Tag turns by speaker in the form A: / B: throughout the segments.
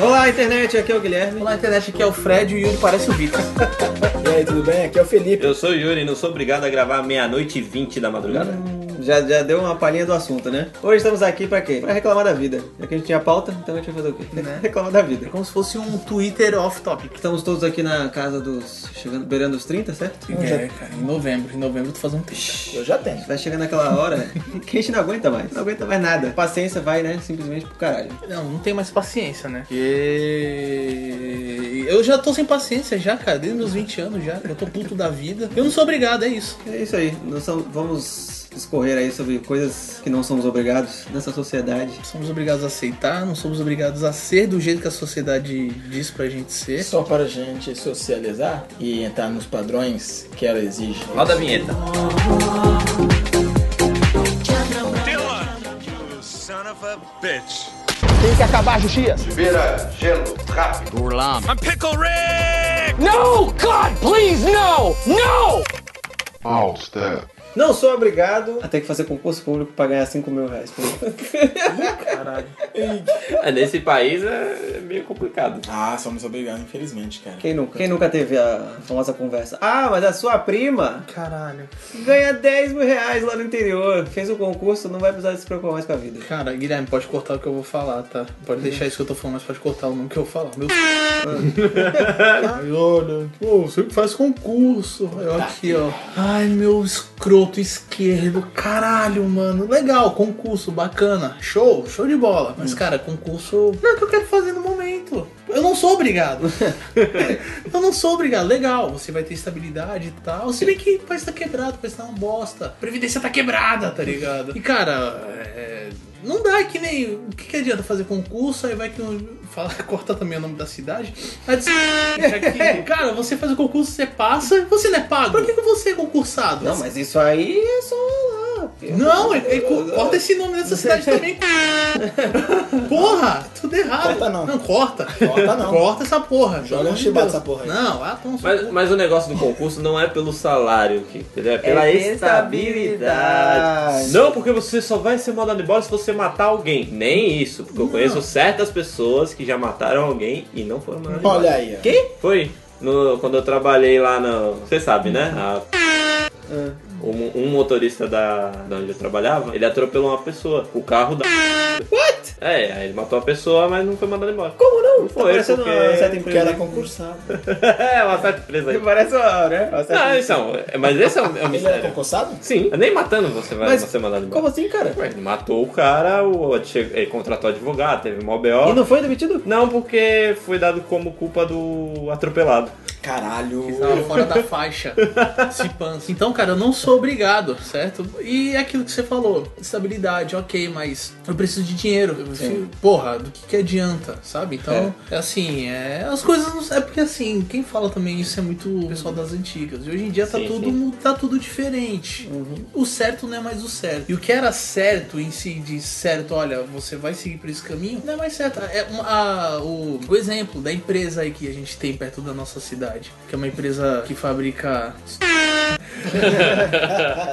A: Olá, internet, aqui é o Guilherme.
B: Olá, internet, aqui é o Fred e o Yuri parece o Vitor.
C: E aí, tudo bem? Aqui é o Felipe.
D: Eu sou o Yuri, não sou obrigado a gravar meia-noite e vinte da madrugada.
A: Já, já deu uma palhinha do assunto, né? Hoje estamos aqui pra quê? Pra reclamar da vida. Já que a gente tinha pauta, então a gente vai fazer o quê?
B: Né?
A: Reclamar da vida.
B: É como se fosse um Twitter off-topic.
A: Estamos todos aqui na casa dos. chegando, beirando os 30, certo? É.
B: É, cara, em novembro. Em novembro tu faz um texto.
C: Eu já tenho.
A: Vai chegando aquela hora que a gente não aguenta mais. Não aguenta mais nada. Paciência vai, né? Simplesmente pro caralho.
B: Não, não tem mais paciência, né? Porque... Eu já tô sem paciência já, cara. Desde meus 20 anos já. Eu tô puto da vida. Eu não sou obrigado, é isso.
A: É isso aí. Nós são- vamos discorrer aí sobre coisas que não somos obrigados nessa sociedade.
B: Somos obrigados a aceitar, não somos obrigados a ser do jeito que a sociedade diz pra gente ser.
C: É Só para a gente socializar e entrar nos padrões que ela exige.
D: Roda a vinheta.
E: Dylan, you son of a bitch.
F: Vira gelo, rápido.
E: I'm Pickle Rick!
F: All step.
A: Não sou obrigado a ter que fazer concurso público pra ganhar 5 mil reais.
D: Nesse país é meio complicado.
C: Ah, somos obrigados, infelizmente, cara.
A: Quem nunca? Quem nunca teve a famosa conversa? Ah, mas a sua prima
B: Caralho.
A: ganha 10 mil reais lá no interior. Fez o concurso, não vai precisar se preocupar mais com a vida.
B: Cara, Guilherme, pode cortar o que eu vou falar, tá? Pode deixar isso que eu tô falando, mas pode cortar o nome que eu vou falar. Meu... Ai, olha, pô, você que faz concurso. Aí, ó, aqui, ó. Ai, meu escroto esquerdo. Caralho, mano. Legal, concurso, bacana. Show, show de bola. Mas, cara, concurso não é o que eu quero fazer no momento. Eu não sou obrigado. eu Então não sou obrigado. Legal, você vai ter estabilidade e tal. Se bem que vai estar quebrado, vai estar uma bosta. Previdência tá quebrada, tá ligado? E, cara, é. Não dá que nem. O que, que adianta fazer concurso? Aí vai que um. Fala, corta também o nome da cidade. Aí diz,
C: Ah,
B: "Deixa aqui." cara, você faz o concurso, você passa, você não é pago. Por que, que você é concursado?
A: Não, mas isso aí é só lá.
B: Não, ele, ele co- corta esse nome dessa cidade também. porra, é tudo errado.
C: Corta não.
B: Não, corta.
C: Corta não.
B: Corta essa porra. pelo
C: um
B: amor de
C: chibata
B: Deus.
C: essa porra aí.
B: Não, ah, toma
D: Mas, mas o negócio do concurso não é pelo salário, que- entendeu? É pela
A: É
D: estabilidade.
A: estabilidade.
D: Não porque você só vai ser mandado embora se você matar alguém. Nem isso, porque eu conheço certas pessoas que já mataram alguém e não foram mandadas embora.
C: Olha aí, ó.
D: Foi. No- quando eu trabalhei lá no. Você sabe, né? A-
A: É.
D: um, um motorista da, da onde eu trabalhava, ele atropelou uma pessoa. O carro da.
A: What?
D: É, aí ele matou a pessoa, mas não foi mandado embora.
A: Como não?
D: Não foi,
A: Parece
D: porque-
A: uma certa
C: Porque
A: empresa.
C: era concursado.
D: é, uma certa empresa aí.
A: Parece uma, né? Uma certa
D: Ah, então, é- mas esse é o, é o
C: Ele era
D: mistério.
C: concursado?
D: Sim, nem matando você vai
A: Mas
D: você é mandado embora.
A: Como assim, cara?
D: Ué, Ele matou o cara, o, che- ele contratou advogado, teve mó BO.
A: E não foi demitido?
D: Não, porque foi dado como culpa do atropelado.
C: Caralho.
B: Tava fora da faixa. Se pança. Então, cara, eu não sou obrigado, certo? E é aquilo que você falou, estabilidade, ok, mas eu preciso de dinheiro. Eu preciso- porra, do que, que adianta, sabe? Então, é assim, é, as coisas. não- É porque assim, quem fala também isso é muito o pessoal das antigas. E hoje em dia tá,
D: Sim,
B: tudo,
D: sim.
B: mu- tá tudo diferente. O certo não é mais o certo. E o que era certo em si, de certo, olha, você vai seguir por esse caminho, não é mais certo. É uma- a- o, o exemplo da empresa aí que a gente tem perto da nossa cidade, que é uma empresa que fabrica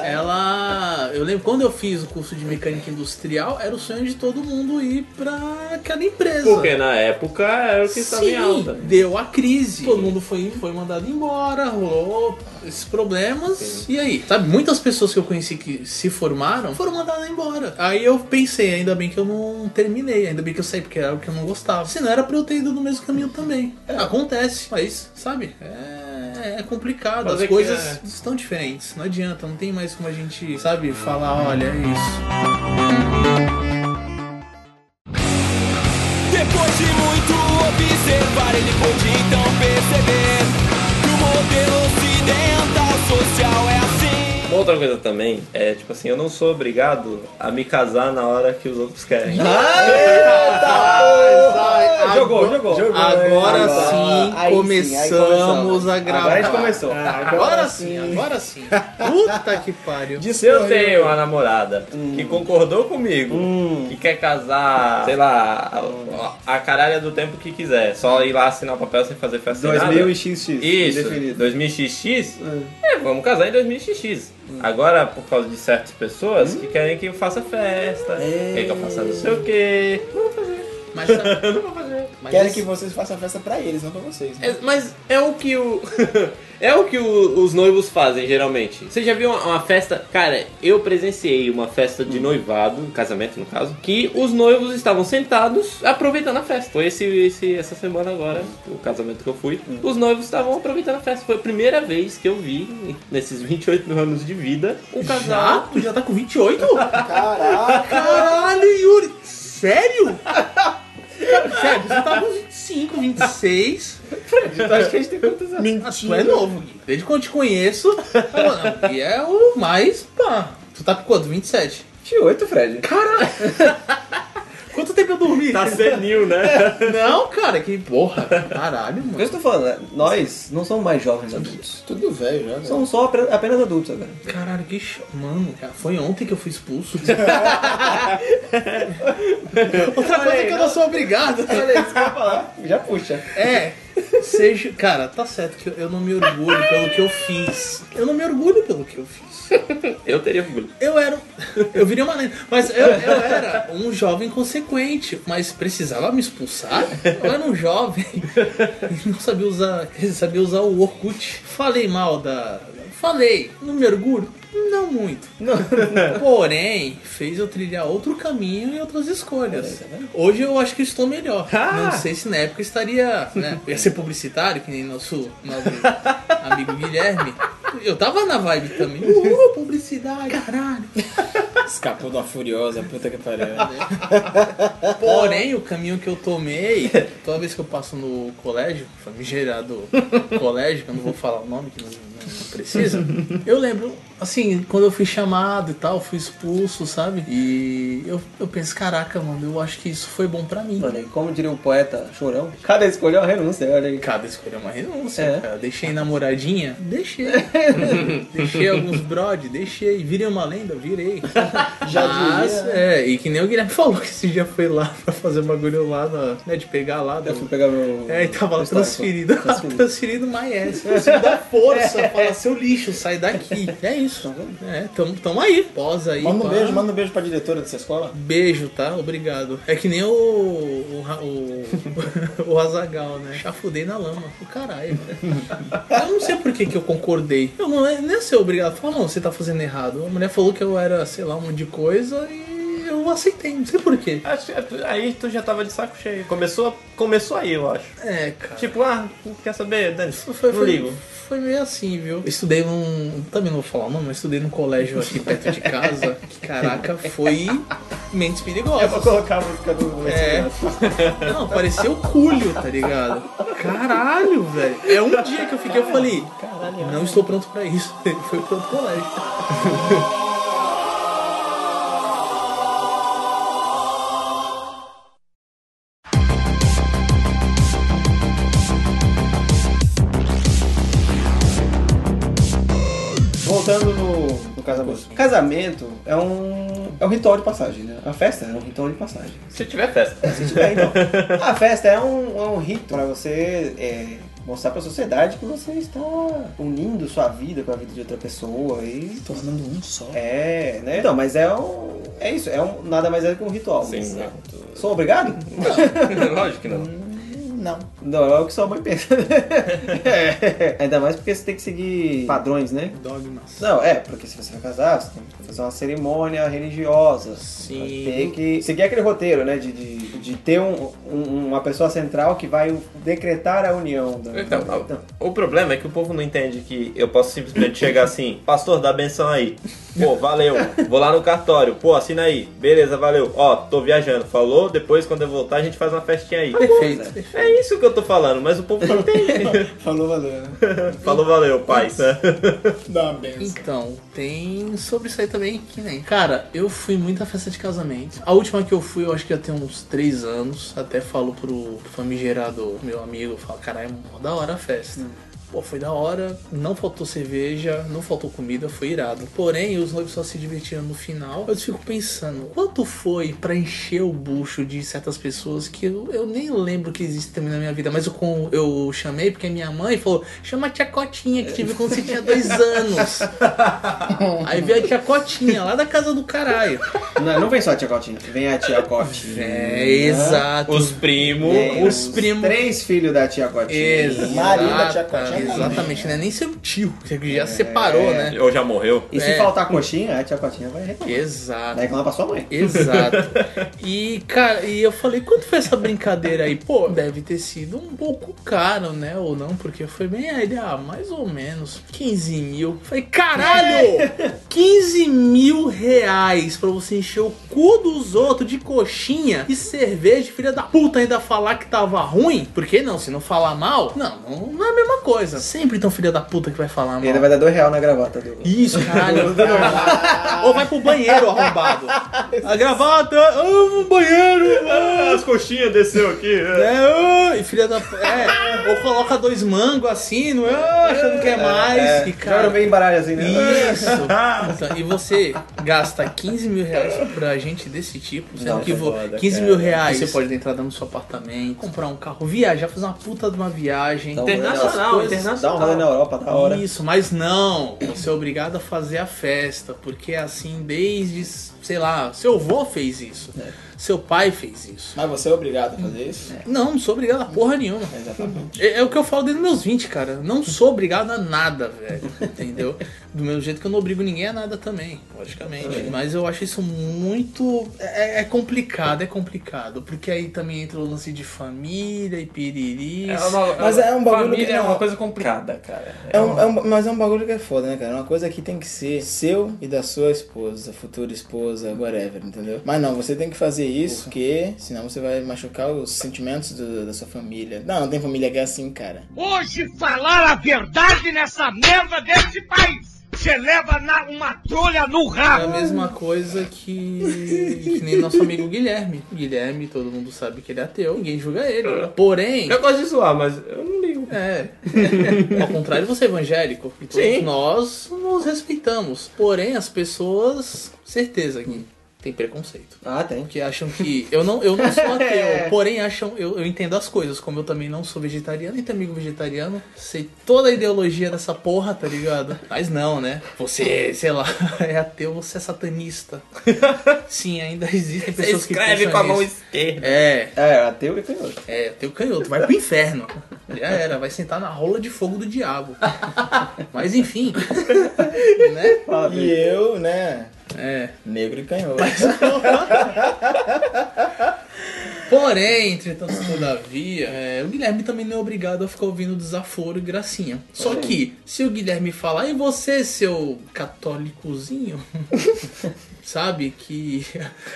B: ela. Eu lembro quando eu fiz o curso de mecânica industrial, era o sonho de todo mundo ir pra aquela empresa.
D: Porque na época era o que estava
B: Sim,
D: em alta.
B: deu a crise. Todo mundo foi, foi mandado embora, rolou esses problemas. E aí? Sabe, muitas pessoas que eu conheci que se formaram foram mandadas embora. Aí eu pensei, ainda bem que eu não terminei, ainda bem que eu saí, porque era algo que eu não gostava. Se não era pra eu ter ido no mesmo caminho também. É, acontece, mas, sabe, é, é complicado.
D: Mas
B: As
D: é que
B: coisas
D: é-
B: estão diferentes, não adianta, não tem mais como a gente, sabe, falar, olha, é isso.
G: Depois de muito observar, ele pôde então perceber que o modelo ocidental social é assim.
D: Uma outra coisa também é, tipo assim, eu não sou obrigado a me casar na hora que os outros querem.
A: Ah, Jogou, jogou. é,
B: Agora
A: Agora-
B: sim
A: aí sim, aí
B: começamos
A: começamos.
B: a gravar.
A: Agora a gente começou.
B: Agora sim, agora sim. Puta que pariu.
D: Se eu tenho uma namorada que
A: Hum.
D: concordou comigo, que quer casar, sei lá,
A: Hum.
D: a, a caralha do tempo que quiser, só ir lá assinar o papel sem fazer festa sem
A: 2000
D: nada.
A: Ah, e XX.
D: Isso,
A: Indefinido.
D: 2000xx, é, vamos casar em 2000xx.
A: Hum.
D: Agora, por causa de certas pessoas que querem
A: É.
D: que eu faça festa, querem que eu faça não sei o quê.
B: Mas sabe, tá- Mas
C: Querem
B: isso-
C: que vocês façam a festa pra eles, não pra vocês. Né?
D: É, mas é o que o. é o que o- os noivos fazem, geralmente. Você já viu uma, uma festa. Cara, eu presenciei uma festa de noivado, casamento no caso, que os noivos estavam sentados aproveitando a festa. Foi esse, esse- essa semana agora, o casamento que eu fui. Os noivos estavam aproveitando a festa. Foi a primeira vez que eu vi, nesses 28 anos de vida, um casal.
B: Já? Tu já tá com 28?
C: Caraca!
B: Caralho, Yuri! Sério? Sério, você tá com 25, 26?
C: Eu acho que a gente tem quantos anos?
B: Ah, Tu é novo, Gui. Desde quando eu te conheço, mano, e é o mais pá. Tu tá com quanto? 27?
A: 28, Fred.
B: Quanto tempo eu dormi?
D: Tá senil, né?
B: Não, cara, que porra. Caralho,
A: Eu
B: mano.
A: estou falando, né? nós não somos mais jovens adultos.
C: Tudo velho já, velho.
A: Somos só apre- apenas adultos agora.
B: Caralho, que ch... Mano, cara, foi ontem que eu fui expulso. Outra coisa é que eu não sou obrigado.
A: Já puxa.
B: É, seja. Cara, tá certo que eu- eu não me orgulho pelo que eu fiz. Eu não me orgulho pelo que eu fiz.
D: Eu teria orgulho.
B: Eu era. um- Eu viria uma lenda. Mas eu, eu era um jovem consequente. Mas precisava me expulsar? Eu era um jovem. E não sabia usar. Sabia usar o Orkut. Falei mal da. Falei, no mergulho? Não muito. Porém, fez eu trilhar outro caminho e outras escolhas. Hoje eu acho que estou melhor. Não sei se na época eu estaria. Né, eu ia ser publicitário, que nem nosso nobre amigo Guilherme. Eu tava na vibe também. Uhul, publicidade, caralho.
C: Escapou de uma furiosa, puta que pariu.
B: Porém, o caminho que eu tomei, toda vez que eu passo no colégio, famigerado colégio, que eu não vou falar o nome, que não, não precisa, eu lembro, assim, quando eu fui chamado e tal, fui expulso, sabe? E eu, eu penso, caraca, mano, eu acho que isso foi bom pra mim.
A: Mano, e como diria o poeta chorão, cada escolha é uma renúncia, olha aí.
B: Cada escolha é uma renúncia,
A: É.
B: cara. Deixei namoradinha? Deixei. deixei alguns brode? Deixei. Virei uma lenda? Virei.
C: Já
B: Mas,
C: diria.
B: é, e que nem o Guilherme falou que esse dia foi lá pra fazer um bagulho lá, na- né, de pegar lá.
A: Eu
B: do-
A: fui pegar meu.
B: É, e tava lá
A: meu histórico.
B: transferido, transferido,
A: Transferido.
B: transferido é, Maes. Transferido da força, fala seu lixo, sai daqui. É isso. É, tamo, tamo aí. Posa aí.
C: Manda um
B: pá.
C: beijo, manda um beijo pra diretora dessa escola.
B: Beijo, tá? Obrigado. É que nem o. O, Ra- o, o Azagal, né? Chafudei na lama. O caralho. velho. Eu não sei por que, que eu concordei. Eu não é- nem sei obrigado. Falou, não, você tá fazendo errado. A mulher falou que eu era, sei lá, um monte de coisa e eu aceitei. Não sei por quê.
D: Acho que aí tu já tava de saco cheio. Começou, começou aí, eu acho.
B: É, cara.
D: Tipo, ah, quer saber, Dani?
B: Foi, foi,
D: não ligo.
B: foi meio assim, viu? Eu Estudei num. Também não vou falar o nome, mas estudei num colégio aqui perto de casa. Que, caraca, foi. Mentes
D: É
B: perigosas.
C: colocar a música do
B: É. Não, parecia o culho, tá ligado? Caralho, velho. É um dia que eu fiquei, eu falei, não estou pronto pra isso. Foi pro outro colégio.
A: Voltando no, no casamento. Casamento é um. é um ritual de passagem, né? A festa é um ritual de passagem.
D: Se tiver festa.
A: Se tiver, então. A festa é um, é um rito pra você é, mostrar pra sociedade que você está unindo sua vida com a vida de outra pessoa e.
C: Tornando um só.
A: É, né? Então, mas é um. É isso, é um, nada mais é que um ritual.
D: Sim, né?
A: Sou obrigado?
D: Lógico que não.
C: Não.
A: Não, é o que sua mãe pensa. É, Ainda mais porque você tem que seguir padrões, né?
B: Dogmas.
A: Não, é, porque se você vai casar, você tem que fazer uma cerimônia religiosa.
B: Sim.
A: Vai ter que seguir aquele roteiro, né? De, de, de ter um, um- uma pessoa central que vai decretar a união. Da, Tá
D: Então, O problema é que o povo não entende que eu posso simplesmente chegar assim, pastor, dá benção aí. Pô, valeu. Vou lá no cartório. Pô, assina aí. Beleza, valeu. Ó, tô viajando. Falou, depois quando eu voltar a gente faz uma festinha aí.
B: Perfeito.
D: É isso que eu tô falando, mas o povo não entende.
C: Falou, valeu, né?
D: Falou, valeu, pai.
C: Dá uma benção.
B: Então, tem sobre isso aí também que nem. Cara, eu fui em muita festa de casamento. A última que eu fui, eu acho que já tem uns 3 anos. Até falo pro famigerado meu amigo, eu falo, caralho, mó da é hora a festa. Pô, foi da hora, não faltou cerveja, não faltou comida, foi irado. Porém, os noivos só se divertiram no final. Eu fico pensando, quanto foi pra encher o bucho de certas pessoas que eu, eu nem lembro que existe também na minha vida, mas eu, com- eu chamei porque minha mãe falou: chama a tia Cotinha que tive quando você tinha dois anos. Aí veio a tia Cotinha lá da casa do caralho.
A: né? Não, não vem só a tia Cotinha, vem a tia Cotinha.
B: É, exato. É,
D: Os primos.
A: Vem
B: os primos.
A: Três filhos da tia Cotinha.
B: Exato.
C: Marido da tia Cotinha também.
B: Exatamente, não é nem seu tio, que
D: É.
B: já separou, né?
D: Ou já morreu?
A: E se
B: É.
A: faltar coxinha, a tia Cotinha vai reclamar.
B: Exato.
A: Vai reclamar pra sua mãe.
B: Exato. E, cara, e eu falei, quanto foi essa brincadeira aí? Pô, deve ter sido um pouco caro, né? Ou não, porque foi bem aí, ele, ah, mais ou menos, 15 mil. Falei, caralho! 15 mil reais pra você encher o cu dos outros de coxinha e cerveja, filha da puta, ainda falar que tava ruim? Por que não? Se não falar mal, não, não, não é a mesma coisa. Sempre tão filha da puta que vai falar mal.
A: E ainda vai dar dois real na gravata do.
B: Isso, caralho. Ou vai pro banheiro arrombado. A gravata, amo o banheiro.
D: As coxinhas desceu aqui.
B: É, ai, filha da. É, ou coloca dois mangos assim, não é? Achando que é mais.
A: É,
B: e cara.
A: joga bem embaralho assim, né?
B: Isso! Então, e você gasta 15 mil reais pra gente desse tipo, sendo
A: Nossa,
B: que vou,
A: foda,
B: 15
A: cara.
B: mil reais você pode dar entrada no seu apartamento, comprar um carro, viajar, fazer uma puta de uma viagem.
A: Dá um
D: Internacional,
A: rolê nas
D: internacional.
A: Dá um rolê na Europa, da hora.
B: Isso, mas não. Você é obrigado a fazer a festa, porque assim, desde, sei lá, seu avô fez isso,
A: É.
B: seu pai fez isso.
C: Mas você é obrigado a fazer isso?
B: Não, não sou obrigado a porra nenhuma.
C: Exatamente.
B: É, é o que eu falo dentro dos meus 20, cara. Não sou obrigado a nada, velho. Entendeu? Do mesmo jeito que eu não obrigo ninguém a nada também, logicamente.
A: É.
B: Mas eu acho isso muito. É, é complicado, é complicado. Porque aí também entra o lance de família e piriri.
C: Mas é um bagulho
H: Família
C: que-
H: é
C: não.
H: uma coisa complicada, cara.
C: É um, é um- mas é um bagulho que é foda, né, cara? Uma coisa que tem que ser seu e da sua esposa, futura esposa, whatever, entendeu? Mas não, você tem que fazer isso, porque senão você vai machucar os sentimentos do- da sua família. Não, não tem família que é assim, cara.
E: Hoje falar a verdade nessa merda desse país. Você leva na, uma trolha no
B: É a
E: rabo.
B: mesma coisa que, que nem nosso amigo Guilherme. Guilherme, todo mundo sabe que ele é ateu, ninguém julga ele. Porém,
D: Ah. Eu gosto de zoar, mas eu não ligo.
B: é. Ao contrário, você é evangélico. E todos
D: Sim.
B: nós nos respeitamos. Porém, as pessoas, certeza que tem preconceito.
A: Ah, tem.
B: Porque acham que. Eu não, eu não sou ateu,
A: É.
B: porém acham. Eu, eu entendo as coisas, como eu também não sou vegetariano e tenho amigo vegetariano, sei toda a ideologia dessa porra, tá ligado? Mas não, né? Você, sei lá, é ateu, você é satanista. Sim, ainda existem
D: Você
B: pessoas que.
D: escreve
B: pensam
D: com a mão
B: nisso.
D: esquerda.
B: É,
A: É, ateu e canhoto.
B: é, ateu canhoto, vai pro inferno. Já era, vai sentar na rola de fogo do diabo. Mas enfim. né?
A: Fala,
C: E
A: velho.
C: eu, né,
B: É.
C: negro e canhoto.
B: Porém, entretanto, todavia, é, o Guilherme também não é obrigado a ficar ouvindo desaforo e gracinha. Só que, se o Guilherme falar, e você, seu católicozinho? Sabe que.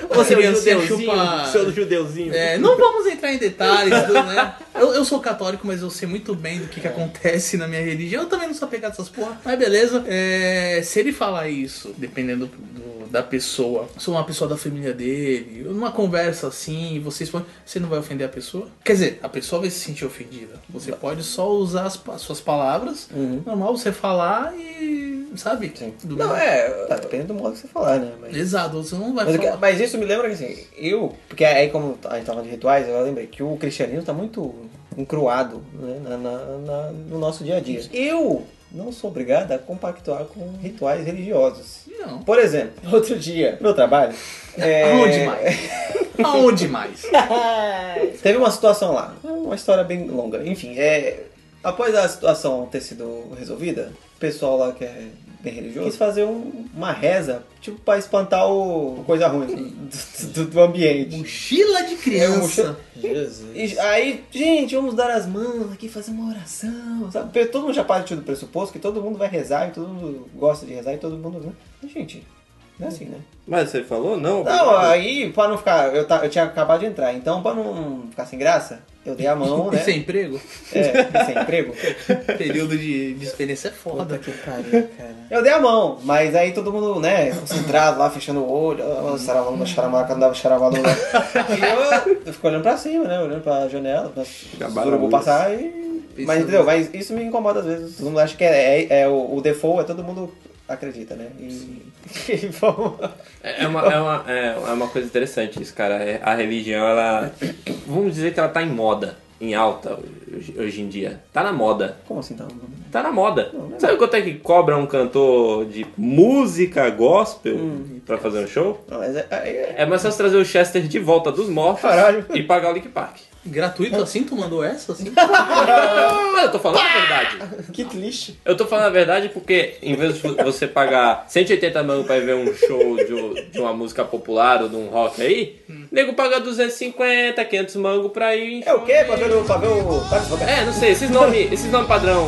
B: Você
D: Seu
B: você
D: é um judeuzinho.
B: chupa.
D: Seu judeuzinho.
B: É, não vamos entrar em detalhes, do- né? Eu, eu sou católico, mas eu sei muito bem do que,
A: É.
B: que acontece na minha religião. Eu também não sou apegado a essas porra. Mas beleza. É, se ele falar isso, dependendo do- da pessoa, sou uma pessoa da família dele, numa conversa assim, você expõe, você não vai ofender a pessoa? Quer dizer, a pessoa vai se sentir ofendida. Você pode só usar as pa- suas palavras, normal você falar e. Sabe? Do-
A: Uhum. Não, é. Tá, depende do modo que você falar, né? Mas...
B: Exato, você não vai
A: Mas, é o que-
B: falar.
A: mas isso me lembra que assim, eu. Porque aí, como a gente tava de rituais, eu lembrei que o cristianismo tá muito encruado né, na- na- na- no nosso dia a dia. Eu não sou obrigado a compactuar com rituais religiosos.
B: Não.
A: Por exemplo, outro dia, no trabalho. é,
B: Aonde mais? Aonde mais?
A: Teve uma situação lá, É uma história bem longa. Enfim, é, após a situação ter sido resolvida, o pessoal lá que é bem religioso quis fazer um- uma reza, tipo, pra espantar o coisa ruim assim, do, do- do ambiente.
B: Mochila de
A: É,
B: criança.
A: mochila- E aí, gente, vamos dar as mãos aqui, fazer uma oração. Sabe? Porque Todo mundo já partiu do pressuposto que todo mundo vai rezar e todo mundo gosta de rezar e todo mundo. né? Mas, gente, não é assim, né?
D: Mas você falou? Não.
A: Não, aí, pra não ficar. Eu, ta- eu tinha acabado de entrar, então pra não ficar sem graça, eu dei a mão, né?
B: Sem emprego?
A: É, sem emprego.
B: Período de, de experiência é foda.
C: que pariu, cara.
A: Eu dei a mão, mas aí todo mundo, né, concentrado lá, fechando o olho, oh, saravá não dá xaramá, quando dava xaravá não dá. E eu, eu fico olhando pra cima, né, olhando pra janela, pra
D: Acabaram
A: eu vou
D: a luz.
A: passar e
B: Isso
A: Mas
B: não-
A: entendeu? Mas isso me incomoda às vezes. Todo mundo acha que é, é- é o, o default, é todo mundo acredita, né? E, e vamos-
D: É é uma, é, uma, é é uma coisa interessante isso, cara. É- A religião, ela. Vamos dizer que ela tá em moda, em alta hoje, hoje em dia. Tá na moda.
A: Como assim tá?
D: Tá na moda.
A: não é.
D: Sabe quanto é que cobra um cantor de música gospel
A: Hum.
D: pra fazer um show?
A: Não, mas é- é- é-
D: É mais fácil trazer o Chester de volta dos mortos
A: Caralho.
D: e pagar o Link Park.
B: Gratuito assim? Tu mandou essa? Assim?
D: Ah, eu tô falando a verdade.
A: Que triste.
D: Eu tô falando a verdade porque em vez de você pagar 180 mangos pra ir ver um show de, um- de uma música popular ou de um rock aí, nego paga 250, 500 mangos pra ir. em
A: É o
D: show
A: quê?
D: de-
A: Pra ver o. Pra ver o. Tá, tá,
D: É, não sei, esses nomes, esses nomes padrão.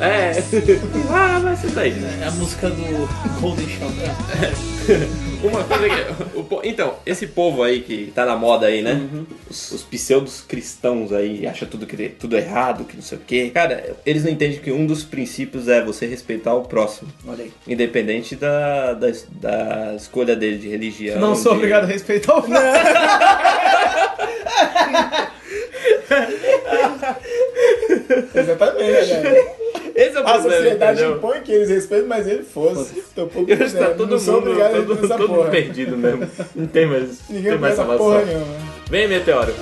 D: É. Ah, mas isso daí.
B: É a música do Golden Shower.
D: Uma coisa que. o po- então, esse povo aí que tá na moda aí, né?
C: Uhum.
D: Os, os pseudos cristãos aí acha tudo, que, tudo errado, que não sei o quê. Cara, eles não entendem que um dos princípios é você respeitar o próximo.
A: Olha aí.
D: Independente da, da, da escolha dele de religião.
A: Não sou
D: de-
A: obrigado a respeitar o Fran.
C: Exatamente, cara.
D: Esse é o
C: né? A
D: problema,
C: sociedade
D: entendeu?
C: impõe que eles respeitem, mas ele fosse. Tô pouco
D: Eu está
C: né?
D: todo
C: não
D: mundo,
C: sou obrigado a
D: todo,
C: respeitar essa
D: todo
C: porra.
D: perdido mesmo. Não tem mais, não
C: Ninguém
D: tem mais
C: pensa porra né?
D: salvação.
C: nenhuma.
D: Vem, Meteoro.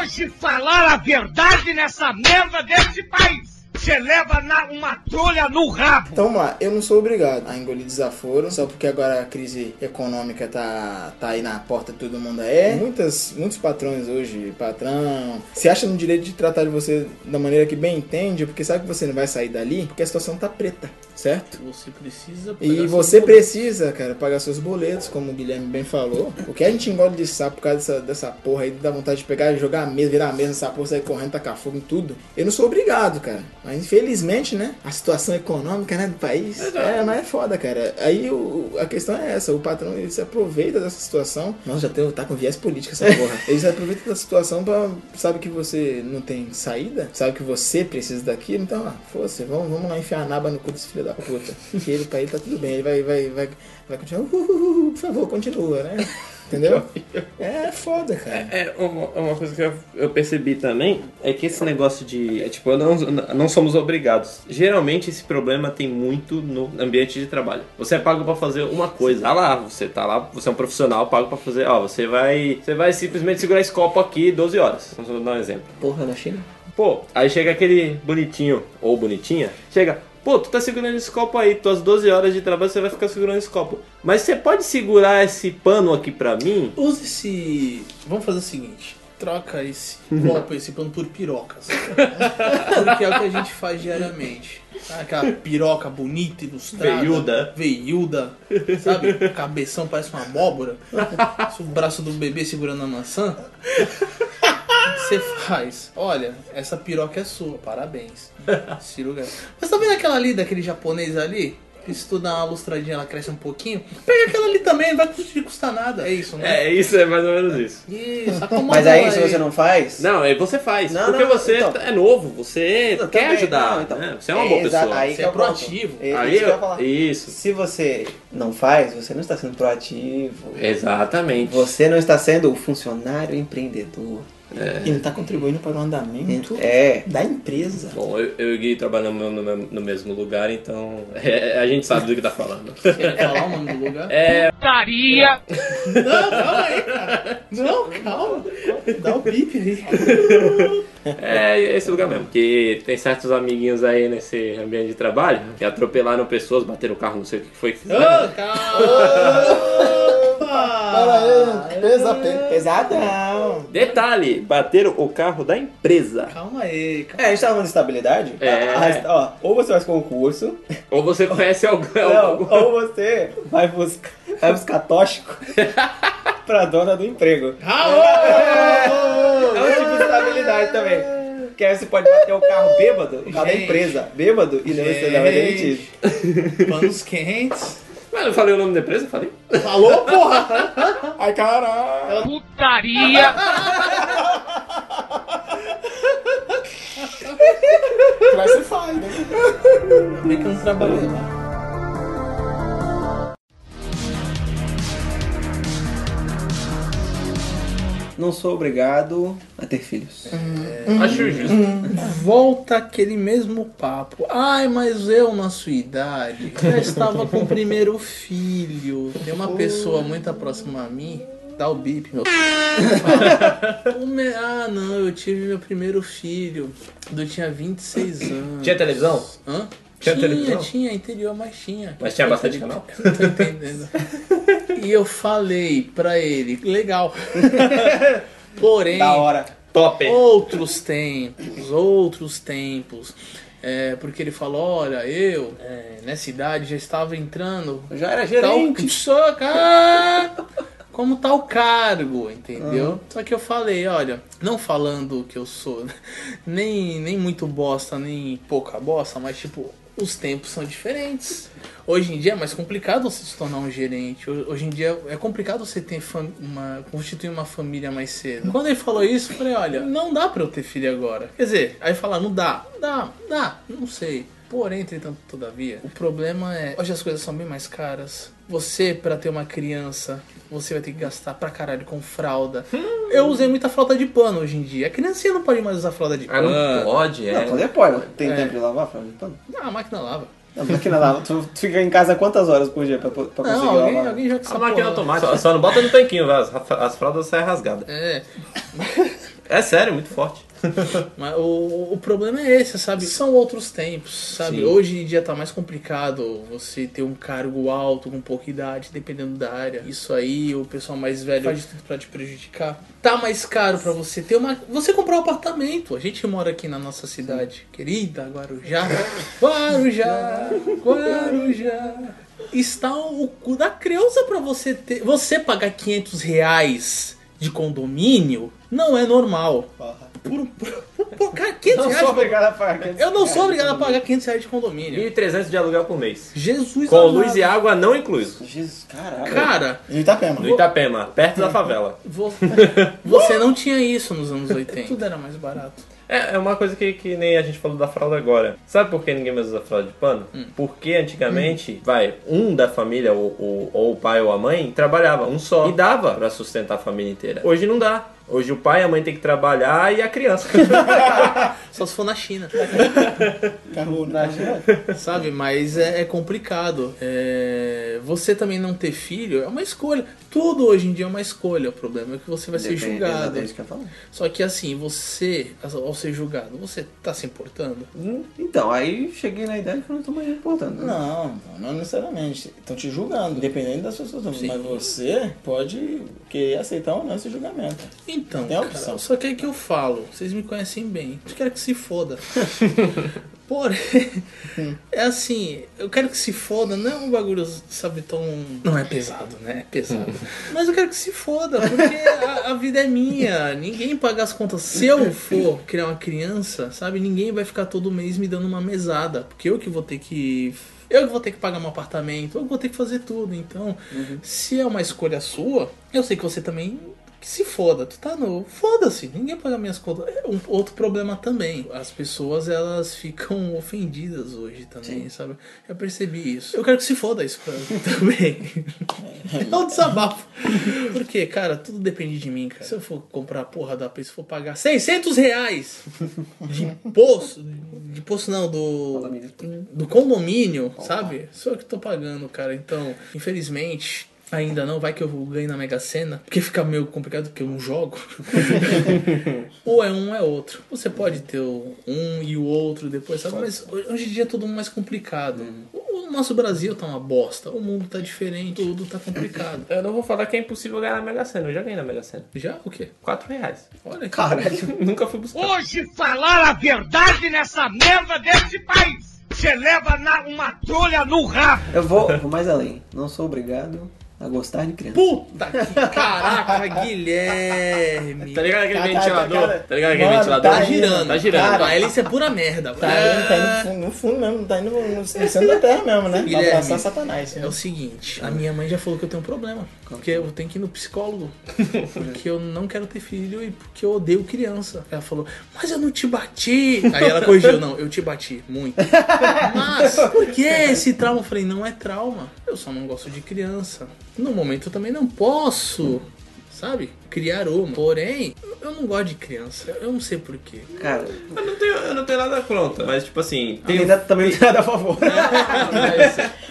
E: Hoje falar a verdade nessa merda deste país. Você leva na, uma trolha no rabo.
C: Então vamos lá, eu não sou obrigado a engolir desaforo, só porque agora a crise econômica tá, tá aí na porta de todo mundo é. Muitas, muitos patrões hoje, patrão, se acha no direito de tratar de você da maneira que bem entende, porque sabe que você não vai sair dali, porque a situação tá preta, certo?
B: Você precisa.
C: E
B: pagar
C: você
B: seu-
C: precisa, cara, pagar seus boletos, como o Guilherme bem falou. O que a gente engole de sapo por causa dessa, dessa porra aí, dá vontade de pegar e jogar a mesa, virar a mesa nessa porra, sair correndo, tacar fogo em tudo. Eu não sou obrigado, cara. Mas infelizmente, né? A situação econômica, né, do país. É, mas é foda, cara. Aí o- o- a questão é essa: o patrão ele se aproveita dessa situação. Nossa, já tem, tá com viés político essa porra. ele se aproveita da situação pra. Sabe que você não tem saída, sabe que você precisa daquilo, então, ah, fosse, vamos, vamos lá enfiar a naba no cu desse filho da puta. Que ele, pra ele tá tudo bem, ele vai, vai, vai, vai continuar. "Uh, uh, uh, uh, por favor, continua, né? Entendeu? É foda, cara.
D: É, uma, uma coisa que eu, eu percebi também é que esse negócio de. É, tipo, não, não somos obrigados. Geralmente esse problema tem muito no ambiente de trabalho. Você é pago pra fazer uma coisa. Ah lá, você tá lá, você é um profissional pago pra fazer. Ó, você vai. Você vai simplesmente segurar esse copo aqui 12 horas. Vamos dar um exemplo.
C: É
A: Porra, na China?
D: Pô, aí chega aquele bonitinho ou bonitinha, chega. Pô, tu tá segurando esse copo aí, tuas 12 horas de trabalho você vai ficar segurando esse copo. Mas você pode segurar esse pano aqui pra mim?
B: Use esse. Vamos fazer o seguinte. Troca esse copo, esse pano por pirocas. Porque é o que a gente faz diariamente. Sabe Aquela piroca bonita, ilustrada.
D: Veiuda.
B: Veiuda. Sabe? O Cabeção parece uma abóbora. O braço do bebê segurando a maçã. O que Você faz, olha, essa piroca é sua, parabéns. Cirurgia. Mas tá vendo aquela ali, daquele japonês ali? Que se tu dá uma lustradinha, ela cresce um pouquinho. Pega aquela ali também, não vai te custar nada. É isso, né?
D: É, isso é mais ou menos isso.
B: Isso, acomoda
A: Mas aí,
B: ela
A: se você não faz.
D: Não, é você faz.
A: Não,
D: porque
A: não, não,
D: você
A: então.
D: tá- é novo, você
A: Não,
D: quer
A: também,
D: ajudar.
A: não, então.
D: né? Você é uma boa
A: exa-
D: pessoa.
A: aí
B: Você
A: que
B: é
A: o ponto.
B: proativo.
A: É,
D: Aí
A: isso que eu
D: eu-
A: ia falar.
D: isso.
A: Se você não faz, você não está sendo proativo.
D: Exatamente.
A: Você não está sendo o funcionário empreendedor.
C: E não tá contribuindo para o andamento
A: É.
C: da empresa.
D: Bom, eu, eu e o Gui trabalhamos no, mesmo- no mesmo lugar, então é, a gente sabe do que tá falando.
B: Quer falar o nome do lugar?
A: É.
E: Daria.
B: Não, calma aí, cara. Não, calma. Dá o bip aí.
D: É esse lugar mesmo. Que tem certos amiguinhos aí nesse ambiente de trabalho que atropelaram pessoas, bateram o carro, não sei o que foi que fizeram.
A: Ah!
B: Ô, calma.
C: Pesa, pesadão.
D: Detalhe, bateram o carro da empresa.
B: Calma aí, cara.
A: É, a gente tava falando de estabilidade.
D: É.
A: A- a- ó, ou você faz concurso,
D: Ou você conhece algum.
B: É
A: não,
D: algum-
A: ou você vai buscar, vai buscar tóxico pra dona do emprego. É um tipo de estabilidade também. Que aí você pode bater o carro bêbado, o carro da
B: Gente.
A: empresa, bêbado, e daí você não vai
B: Gente.
A: demitir.
B: Panos quentes.
D: Mas eu falei o nome da empresa? Falei.
B: Falou, porra.
C: Ai, caralho.
E: Putaria.
C: Classify, né?
B: Ainda bem que eu não trabalhei lá.
A: Não sou obrigado a ter filhos.
B: Uhum.
D: Acho justo.
B: Volta aquele mesmo papo. Ai, mas eu na sua idade já estava com o primeiro filho. Tem uma pessoa muito próxima a mim. Dá o bip, meu. O me- ah, não, eu tive meu primeiro filho. Quando eu tinha 26 anos.
D: Tinha televisão?
B: Hã?
D: Tinha
B: Tinha, tinha,
D: televisão?
B: interior, mas tinha.
D: Mas tinha bastante canal?
B: Não tô entendendo. E eu falei pra ele, legal. Porém,
A: Da hora.
D: Top.
B: outros tempos, outros tempos. É, porque ele falou, olha, eu é, nessa idade já estava entrando
A: Eu já era
B: tal
A: gerente.
B: soca, como tal cargo, entendeu? Só que eu falei, olha, não falando que eu sou nem, nem muito bosta, nem pouca bosta, mas tipo, os tempos são diferentes. Hoje em dia é mais complicado você se tornar um gerente. Ho- Hoje em dia é complicado você ter fam- uma, constituir uma família mais cedo. Quando ele falou isso, eu falei, olha, não dá pra eu ter filho agora. Quer dizer, aí falar, não dá, dá, dá, não sei. Porém, entretanto, todavia, o problema é, hoje as coisas são bem mais caras. Você, pra ter uma criança, você vai ter que gastar pra caralho com fralda.
D: Hum.
B: Eu usei muita fralda de pano hoje em dia. A criancinha não pode mais usar fralda de
D: Ah,
B: pano.
D: não pode, é.
A: Então, Não, fazer pode. Tem tempo de lavar, Flávio? Então,
B: Ah, a máquina lava.
A: Não, máquina lava. Tu tu fica em casa quantas horas por dia pra, pra conseguir
B: Não, alguém,
A: lavar?
B: alguém joga essa
D: A máquina é
B: porra.
D: automática. Só, só não bota no tanquinho, velho. As, as fraldas saem rasgadas.
B: É,
D: É sério, muito forte.
B: Mas o, o problema é esse, sabe? São outros tempos, sabe?
D: Sim.
B: Hoje em dia tá mais complicado você ter um cargo alto com pouca idade, dependendo da área. Isso aí, o pessoal mais velho faz de tudo pra te prejudicar. Tá mais caro pra você ter uma. Você comprar um apartamento. A gente mora aqui na nossa cidade querida, Guarujá. Guarujá, Guarujá. Está o cu da creusa pra você ter. Você pagar 500 reais de condomínio não é normal.
A: Porra.
B: Por, por, por cara, 500
A: Não
B: reais.
A: sou
B: de
A: obrigado a é pagar.
B: condomínio. Eu não sou obrigado a pagar 500 reais de condomínio.
D: 1.300 de aluguel por mês.
B: Jesus
D: Com
B: amado.
D: luz e água não incluso.
A: Jesus, caralho.
B: Cara,
C: E Itapema.
D: No Itapema, perto da favela.
B: vo- você não tinha isso nos anos 80. Tudo era mais barato.
D: É, é uma coisa que, que nem a gente falou da fralda agora. Sabe por que ninguém mais usa fralda de pano? Porque antigamente, vai, um da família, ou, ou, ou o pai ou a mãe, trabalhava, um só. E dava pra sustentar a família inteira. Hoje não dá. Hoje o pai e a mãe tem que trabalhar e a criança.
B: Só se for na China,
A: tá
C: Carro, né?
A: Na China?
B: sabe? Mas é, é complicado. É, Você também não ter filho é uma escolha. Tudo hoje em dia é uma escolha. O problema é que você vai ser
A: Depende,
B: julgado.
A: É isso que eu falo.
B: Só que assim, você, ao ser julgado, você tá se importando?
A: Hum, Então, aí cheguei na idade que eu não tô mais me importando. né?
C: Não, não, não necessariamente. Estão te julgando, dependendo das suas situação. Mas você pode querer aceitar ou não esse julgamento.
B: Então,
C: Tem
B: cara,
C: opção.
B: só que é que eu falo, vocês me conhecem bem. Eu quero que se foda. Porém, é assim, eu quero que se foda, não é um bagulho, sabe, tão. Não é pesado, né? É pesado. Mas eu quero que se foda, porque a, a vida é minha. Ninguém paga as contas. Se eu for criar uma criança, sabe, ninguém vai ficar todo mês me dando uma mesada. Porque eu que vou ter que. Eu que vou ter que pagar meu apartamento, eu que vou ter que fazer tudo. Então, se é uma escolha sua, eu sei que você também que se foda, tu tá no. Foda-se, ninguém paga minhas contas. É um outro problema também. As pessoas elas ficam ofendidas hoje também, sabe? Eu percebi isso. Eu quero que se foda isso pra mim também. É um desabafo. Porque, cara, tudo depende de mim, cara. Se eu for comprar a porra da pizza, se for pagar 600 reais de imposto. De imposto não, do.
A: Condomínio.
B: Do condomínio, sabe? Sou eu que tô pagando, cara. Então, infelizmente. Ainda não, vai que eu ganho na Mega Sena, porque fica meio complicado porque eu não jogo. ou é um ou é outro. Você pode ter o um e o outro depois, sabe? Mas hoje em dia é tudo mais complicado.
A: Uhum.
B: O nosso Brasil tá uma bosta, o mundo tá diferente, tudo tá complicado.
D: Eu não vou falar que é impossível ganhar na Mega Sena. Eu já ganhei na Mega Sena.
B: Já o quê?
D: 4 reais.
B: Olha aqui.
A: Caralho.
D: Nunca fui buscar.
E: Hoje falar a verdade nessa merda deste país. Você leva na, uma trolha no rabo.
A: Eu vou, vou mais além. Não sou obrigado a gostar de criança.
B: Puta que caraca, Guilherme.
D: Tá ligado aquele
C: Tá, tá,
D: ventilador?
C: tá, cara.
D: Tá ligado aquele
C: Mano,
D: ventilador?
C: tá
B: girando,
D: Tá girando.
B: Cara, isso é pura merda. É,
C: Tá indo, tá indo no fundo, no fundo mesmo, tá indo no, no centro da terra mesmo, né?
B: Guilherme.
C: Vai passar Satanás.
B: É
C: Né?
B: o seguinte, a minha mãe já falou que eu tenho um problema. Porque eu tenho que ir no psicólogo. Porque eu não quero ter filho e porque eu odeio criança. Ela falou, mas eu não te bati. Aí ela corrigiu, não, eu te bati muito. Mas por que esse trauma? Eu falei, não é trauma. Eu só não gosto de criança. No momento eu também não posso. sabe? Criar uma. Porém, eu não gosto de criança. Eu não sei porquê.
A: Cara,
D: Eu não tenho, eu não tenho nada contra, mas tipo assim, tem
A: ainda
C: um
A: também não tem nada a favor.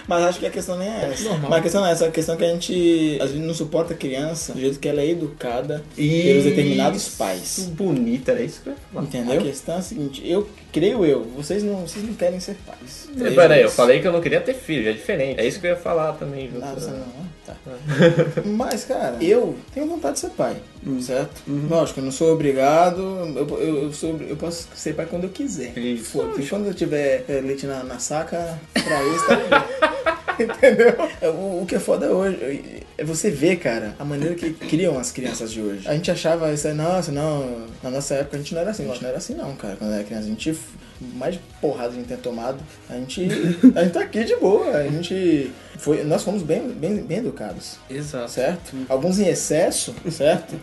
C: Mas acho que a questão nem é essa.
B: Normal.
C: Mas a questão não é essa. A questão é que a gente às vezes não suporta a criança do jeito que ela é educada pelos determinados pais.
A: Bonita, era isso que eu ia falar.
C: Entendeu? A questão é a seguinte, eu creio eu, vocês não, vocês não querem ser pais.
D: Ei, Peraí, É, eu falei que eu não queria ter filho, é diferente. É isso que eu ia falar também, viu?
C: Ah, você não, né? tá. Mas, cara, eu tenho vontade de ser pai, certo? Lógico, eu não sou obrigado, eu, eu, eu sou, eu posso ser pai quando eu quiser.
D: Isso.
C: Foda-se, quando eu tiver é, leite na, na saca, pra isso tá bom. Entendeu? É, O, o que é foda hoje é você ver, cara, a maneira que criam as crianças de hoje. A gente achava isso aí, nossa, não, na nossa época a gente não era assim, a gente não era assim não, cara. Quando era criança, a gente, mais porrada a gente tem tomado, a gente, a gente tá aqui de boa, a gente foi, nós fomos bem, bem, bem educados,
B: Exato.
C: Tá certo? Alguns em excesso, certo?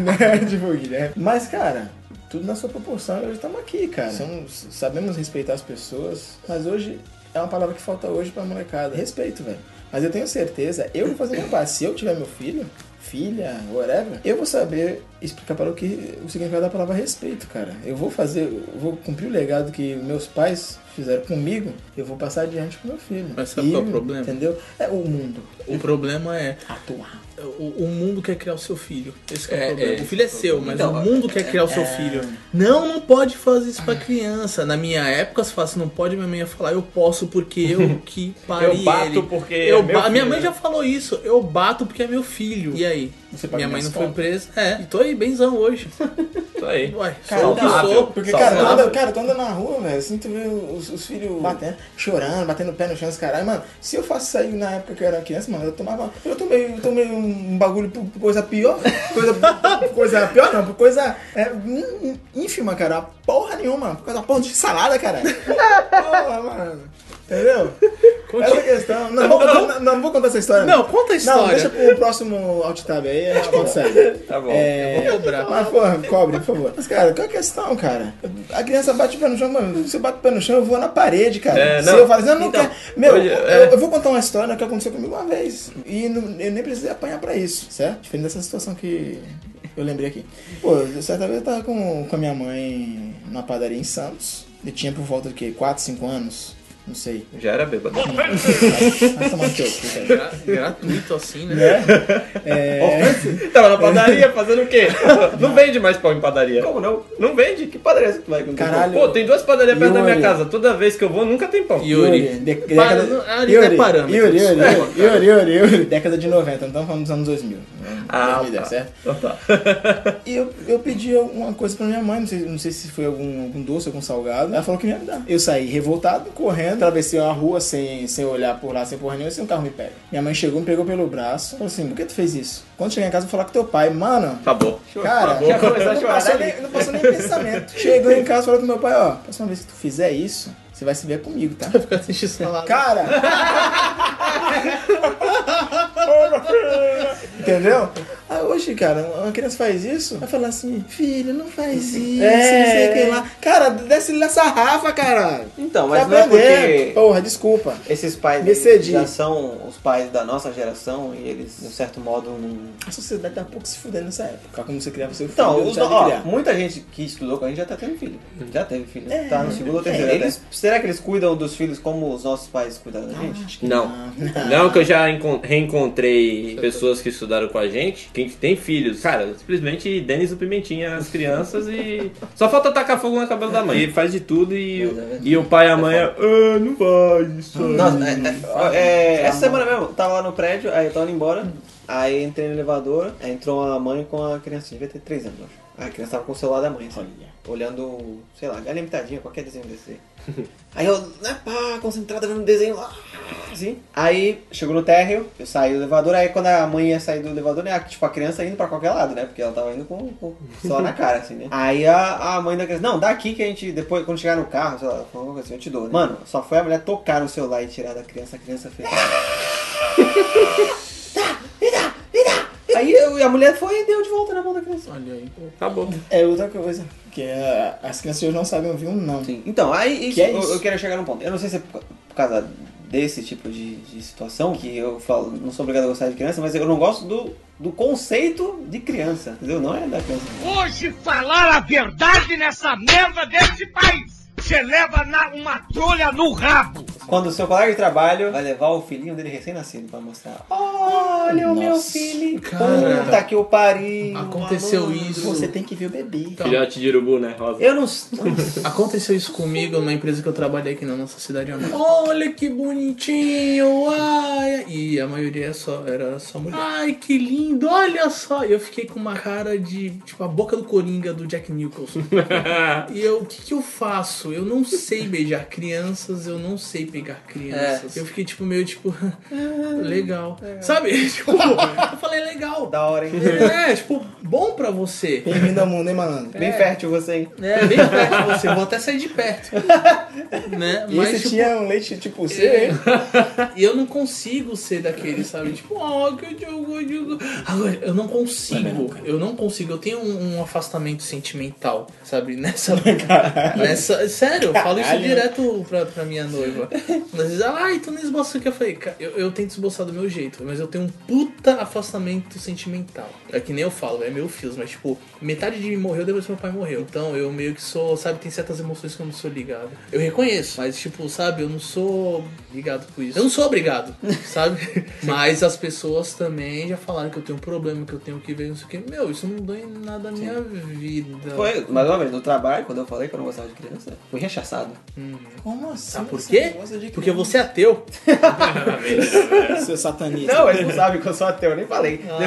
C: Né? tipo o Guilherme. Mas, cara, tudo na sua proporção e hoje estamos aqui, cara. São- sabemos respeitar as pessoas, mas hoje é uma palavra que falta hoje pra molecada. Respeito, velho. Mas eu tenho certeza, eu vou fazer minha parte. Se eu tiver meu filho, filha, whatever, eu vou saber explicar para o que o significado da palavra respeito, cara. Eu vou fazer, eu vou cumprir o legado que meus pais fizeram comigo, eu vou passar adiante pro meu filho.
B: Mas sabe
C: E,
B: qual é o problema?
C: Entendeu? É o mundo
B: O problema é
C: atuar.
B: o, o mundo quer criar o seu filho. Esse que é,
D: É,
B: o problema.
D: é.
B: o filho é seu, mas o mundo quer criar o seu filho. Não, não pode fazer isso pra criança. Na minha época, se falasse, não pode, minha mãe ia falar, eu posso porque eu que pari
D: Eu bato
B: ele.
D: porque é
B: Eu
D: meu
B: ba- Minha
D: filho,
B: mãe
D: né?
B: já falou isso. Eu bato porque é meu filho. E aí?
C: paga
B: minha mãe
C: minhas
B: não foi
C: contas.
B: presa. É, e tô aí, benzão hoje.
D: Tô aí.
B: Ué,
C: Cara,
B: sou o que
C: dá,
B: sou.
C: Porque,
D: Saudável.
C: cara, tu anda, cara, tu anda na rua, velho, assim, tu vê os, os filhos batendo, chorando, batendo o pé no chão, os caralho, mano, se eu faço isso aí na época que eu era criança, mano, eu tomava, eu tomei, eu tomei um bagulho por, por coisa pior, coisa, por coisa pior não, por coisa é, in- ínfima, cara, porra nenhuma, por causa da porra de salada, cara. Porra, mano. Entendeu? Essa é questão. Não, vou, não, não, não vou contar essa história.
B: Não, conta a
C: Não,
B: história.
C: deixa pro próximo alt tab aí, a gente conta isso aí.
D: Tá bom.
C: É,
B: Eu vou cobrar.
C: Mas, porra, cobre, por favor. Mas, cara, qual é a questão, cara? A criança bate o pé no chão, mano. Se eu bato o pé no chão, eu vou na parede, cara.
D: É,
C: Se
D: não.
C: eu falar assim, eu não
D: Então,
C: quero. Meu,
D: hoje,
C: eu,
D: é.
C: eu vou contar uma história que aconteceu comigo uma vez. E não- eu nem precisei apanhar pra isso, certo? Diferente dessa situação que. Eu lembrei aqui. Pô, certa vez eu tava com, com a minha mãe na padaria em Santos. E tinha por volta de quê? 4, 5 anos? Não sei.
D: Já era bêbado.
C: Vai tomar no teu cu, É, cara.
B: Gra- gratuito assim, né?
D: Tava na padaria fazendo o quê? Não vende mais pão em padaria.
A: Como não?
D: Não vende? Que padaria é essa que tu vai? com
C: Caralho.
D: Pô, tem duas padarias perto da minha
C: Yuri.
D: casa. Toda vez que eu vou, nunca tem pão.
B: Yuri.
C: de- de-
B: Para-
C: década-
B: não, ali não é parâmetro,
C: Yuri, Yuri,
B: desculpa,
C: Yuri, Yuri, Yuri, Yuri. Década de 90, então falando dos anos 2000. né?
D: Ah,
C: 2010,
D: tá.
C: certo?
D: Então tá.
C: E eu, eu pedi alguma coisa pra minha mãe, não sei, não sei se foi algum, algum doce, algum salgado. Ela falou que não ia me dar. Eu saí revoltado, correndo, atravessei uma rua sem, sem olhar por lá, sem porra nenhuma, sem um carro me pega. Minha mãe chegou, me pegou pelo braço, falou assim: por que tu fez isso? Quando chegar em casa, eu vou falar com teu pai, mano.
D: Acabou.
C: Cara,
A: Já começou a
C: não
A: chorar né,
C: passou,
A: ali.
C: nem, não passou nem pensamento. Chegou em casa e falou pro meu pai, ó, próxima vez que tu fizer isso, você vai se ver comigo, tá?
B: Fica assistindo salada.
C: Cara! Entendeu? Ah, hoje, cara, uma criança faz isso, vai falar assim, filho, não faz isso,
A: É.
C: não sei o que lá. Cara, desce na sarrafa, caralho.
A: Então,
C: Vai
A: mas não é
C: aprender.
A: porque
C: Porra, desculpa.
A: esses pais
C: Me
A: eles
C: cedi.
A: já são os pais da nossa geração e eles, de um certo modo, não.
C: A sociedade tá pouco se fudendo nessa época. Como você criava seu filho,
A: Então,
C: não
A: os-
C: sabe
A: ó,
C: criar.
A: muita gente que estudou com a gente já tá tendo filho. Já teve filho.
C: É,
A: tá no segundo ou
C: é,
A: terceiro.
C: é.
A: Eles- será que eles cuidam dos filhos como os nossos pais cuidaram da gente?
D: Não. Não, que eu já encon- reencontrei pessoas que estudaram com a gente, que tem filhos. Cara, simplesmente Denis o Pimentinha, as crianças e. Só falta tacar fogo na cabelo da mãe. E faz de tudo e,
A: Mas é verdade.
D: e o pai e a mãe é. Ah, não vai, isso aí.
C: Ah,
A: Nossa, é- é- é- essa semana mesmo, eu tava lá no prédio, aí eu tava indo
C: Uhum.
A: embora, aí entrei no elevador, aí entrou a mãe com a criança, devia ter 3 anos, eu acho. Aí A criança tava com o celular da mãe, assim, olhando, sei lá, galinha pitadinha, qualquer desenho desse. aí eu, né, pá, concentrada vendo um desenho lá, assim. Aí chegou no térreo, eu saí do elevador, aí quando a mãe ia sair do elevador, né, a- tipo, a criança indo pra qualquer lado, né, porque ela tava indo com, com o celular na cara, assim, né. Aí a, a mãe da criança, não, dá aqui que a gente, depois, quando chegar no carro, sei lá, alguma coisa assim, eu te dou, né. Mano, só foi a mulher tocar no celular e tirar da criança, a criança fez... Aí eu- a mulher foi e deu de volta na mão da criança.
B: Olha aí.
D: Acabou.
C: É outra coisa. Que é, as crianças hoje não sabem ouvir um não.
A: Sim. Então, aí isso-
C: Que é
A: eu-
C: isso?
A: Eu, quero chegar num ponto. Eu não sei se é por por causa desse tipo de, de situação, que eu falo, não sou obrigado a gostar de criança, mas eu não gosto do, do conceito de criança, entendeu? Não é da criança.
E: Hoje falar a verdade nessa merda deste país. Você leva na, uma trolha no rabo.
A: Quando o seu colega de trabalho vai levar o filhinho dele recém-nascido pra mostrar. Olha o meu
C: Nossa.
A: filho!
B: Cara.
A: Puta que eu pariu!
B: Aconteceu
A: maluco.
B: isso.
A: Você tem que ver o bebê.
B: Então,
D: Filhote de urubu, né, Rosa?
A: Eu não. Nossa.
B: Aconteceu isso comigo numa empresa que eu trabalhei aqui na nossa cidade. Ana. Olha que bonitinho, ai. E a maioria é só, era só mulher. Ai, que lindo, olha só. E eu fiquei com uma cara de, tipo, a boca do Coringa do Jack Nicholson. E eu, o que, que eu faço? Eu não sei beijar crianças, eu não sei pegar crianças. Eu fiquei, tipo, meio, tipo, legal. Sabe? Tipo, eu falei, legal.
A: Da hora, hein?
B: É, tipo, bom pra você.
C: Bem-vindo ao mundo, hein, malandro?
A: Bem fértil você, hein?
B: É, bem perto de você, vou até sair de perto. né?
C: E
B: Mas
C: esse
B: tipo,
C: tinha um leite tipo C, hein?
B: e eu não consigo ser daquele, sabe? Tipo, ó, que eu jogo, eu jogo. Agora, eu não consigo, eu não consigo. Eu tenho um, um afastamento sentimental, sabe? Nessa. nessa sério, eu falo isso
C: Caralho.
B: direto pra, pra minha noiva. Às vezes ela, ai, tu "Ah, então não esboça o que eu falei. "Cara, Eu, eu tento esboçar do meu jeito, mas eu tenho um puta afastamento sentimental. É que nem eu falo, é meu filho, mas tipo, metade de mim morreu depois que meu pai morreu. Então eu meio que sou, sabe, tem certas emoções que eu não sou ligado. Eu reconheço, mas tipo, sabe, eu não sou ligado por isso. Eu não sou obrigado, sabe? mas as pessoas também já falaram que eu tenho um problema, que eu tenho que ver, não sei o que. Meu, isso não ganha nada na minha vida.
A: Foi, mais uma vez, no trabalho, quando eu falei que eu não gostava de criança, fui rechaçado. É.
C: Como assim?
B: Sabe por
C: você
B: quê?
C: gosta de
B: Porque
C: criança?
B: você é ateu.
C: Seu satanista.
A: Não, eles não sabem que eu sou ateu, eu nem falei.
B: Ah,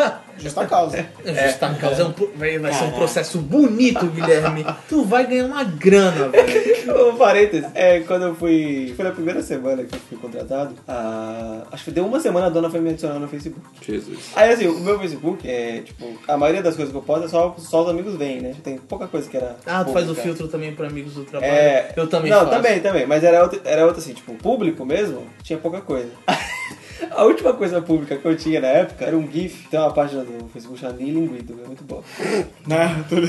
A: Depois-
C: Justa causa.
B: É. Justa causa. é um pro- Vai vai ser um processo bonito, Guilherme. Tu vai ganhar uma grana, velho.
A: Um parênteses, é, quando eu fui. Foi na primeira semana que eu fui contratado. a- acho que deu uma semana a dona foi me adicionar no Facebook.
D: Jesus.
A: Aí assim, o meu Facebook é tipo, a maioria das coisas que eu posto é só, só os amigos veem, né? Tem pouca coisa que era.
B: Ah, tu faz o
A: pública.
B: filtro também pra amigos do trabalho.
A: É.
B: Eu também
A: Não,
B: faço.
A: também, também. Mas era outra, era outra assim, tipo, público mesmo, tinha pouca coisa. A última coisa pública que eu tinha na época era um GIF. Tem uma página do Facebook chamada Linguido, é muito bom.
C: Não, tudo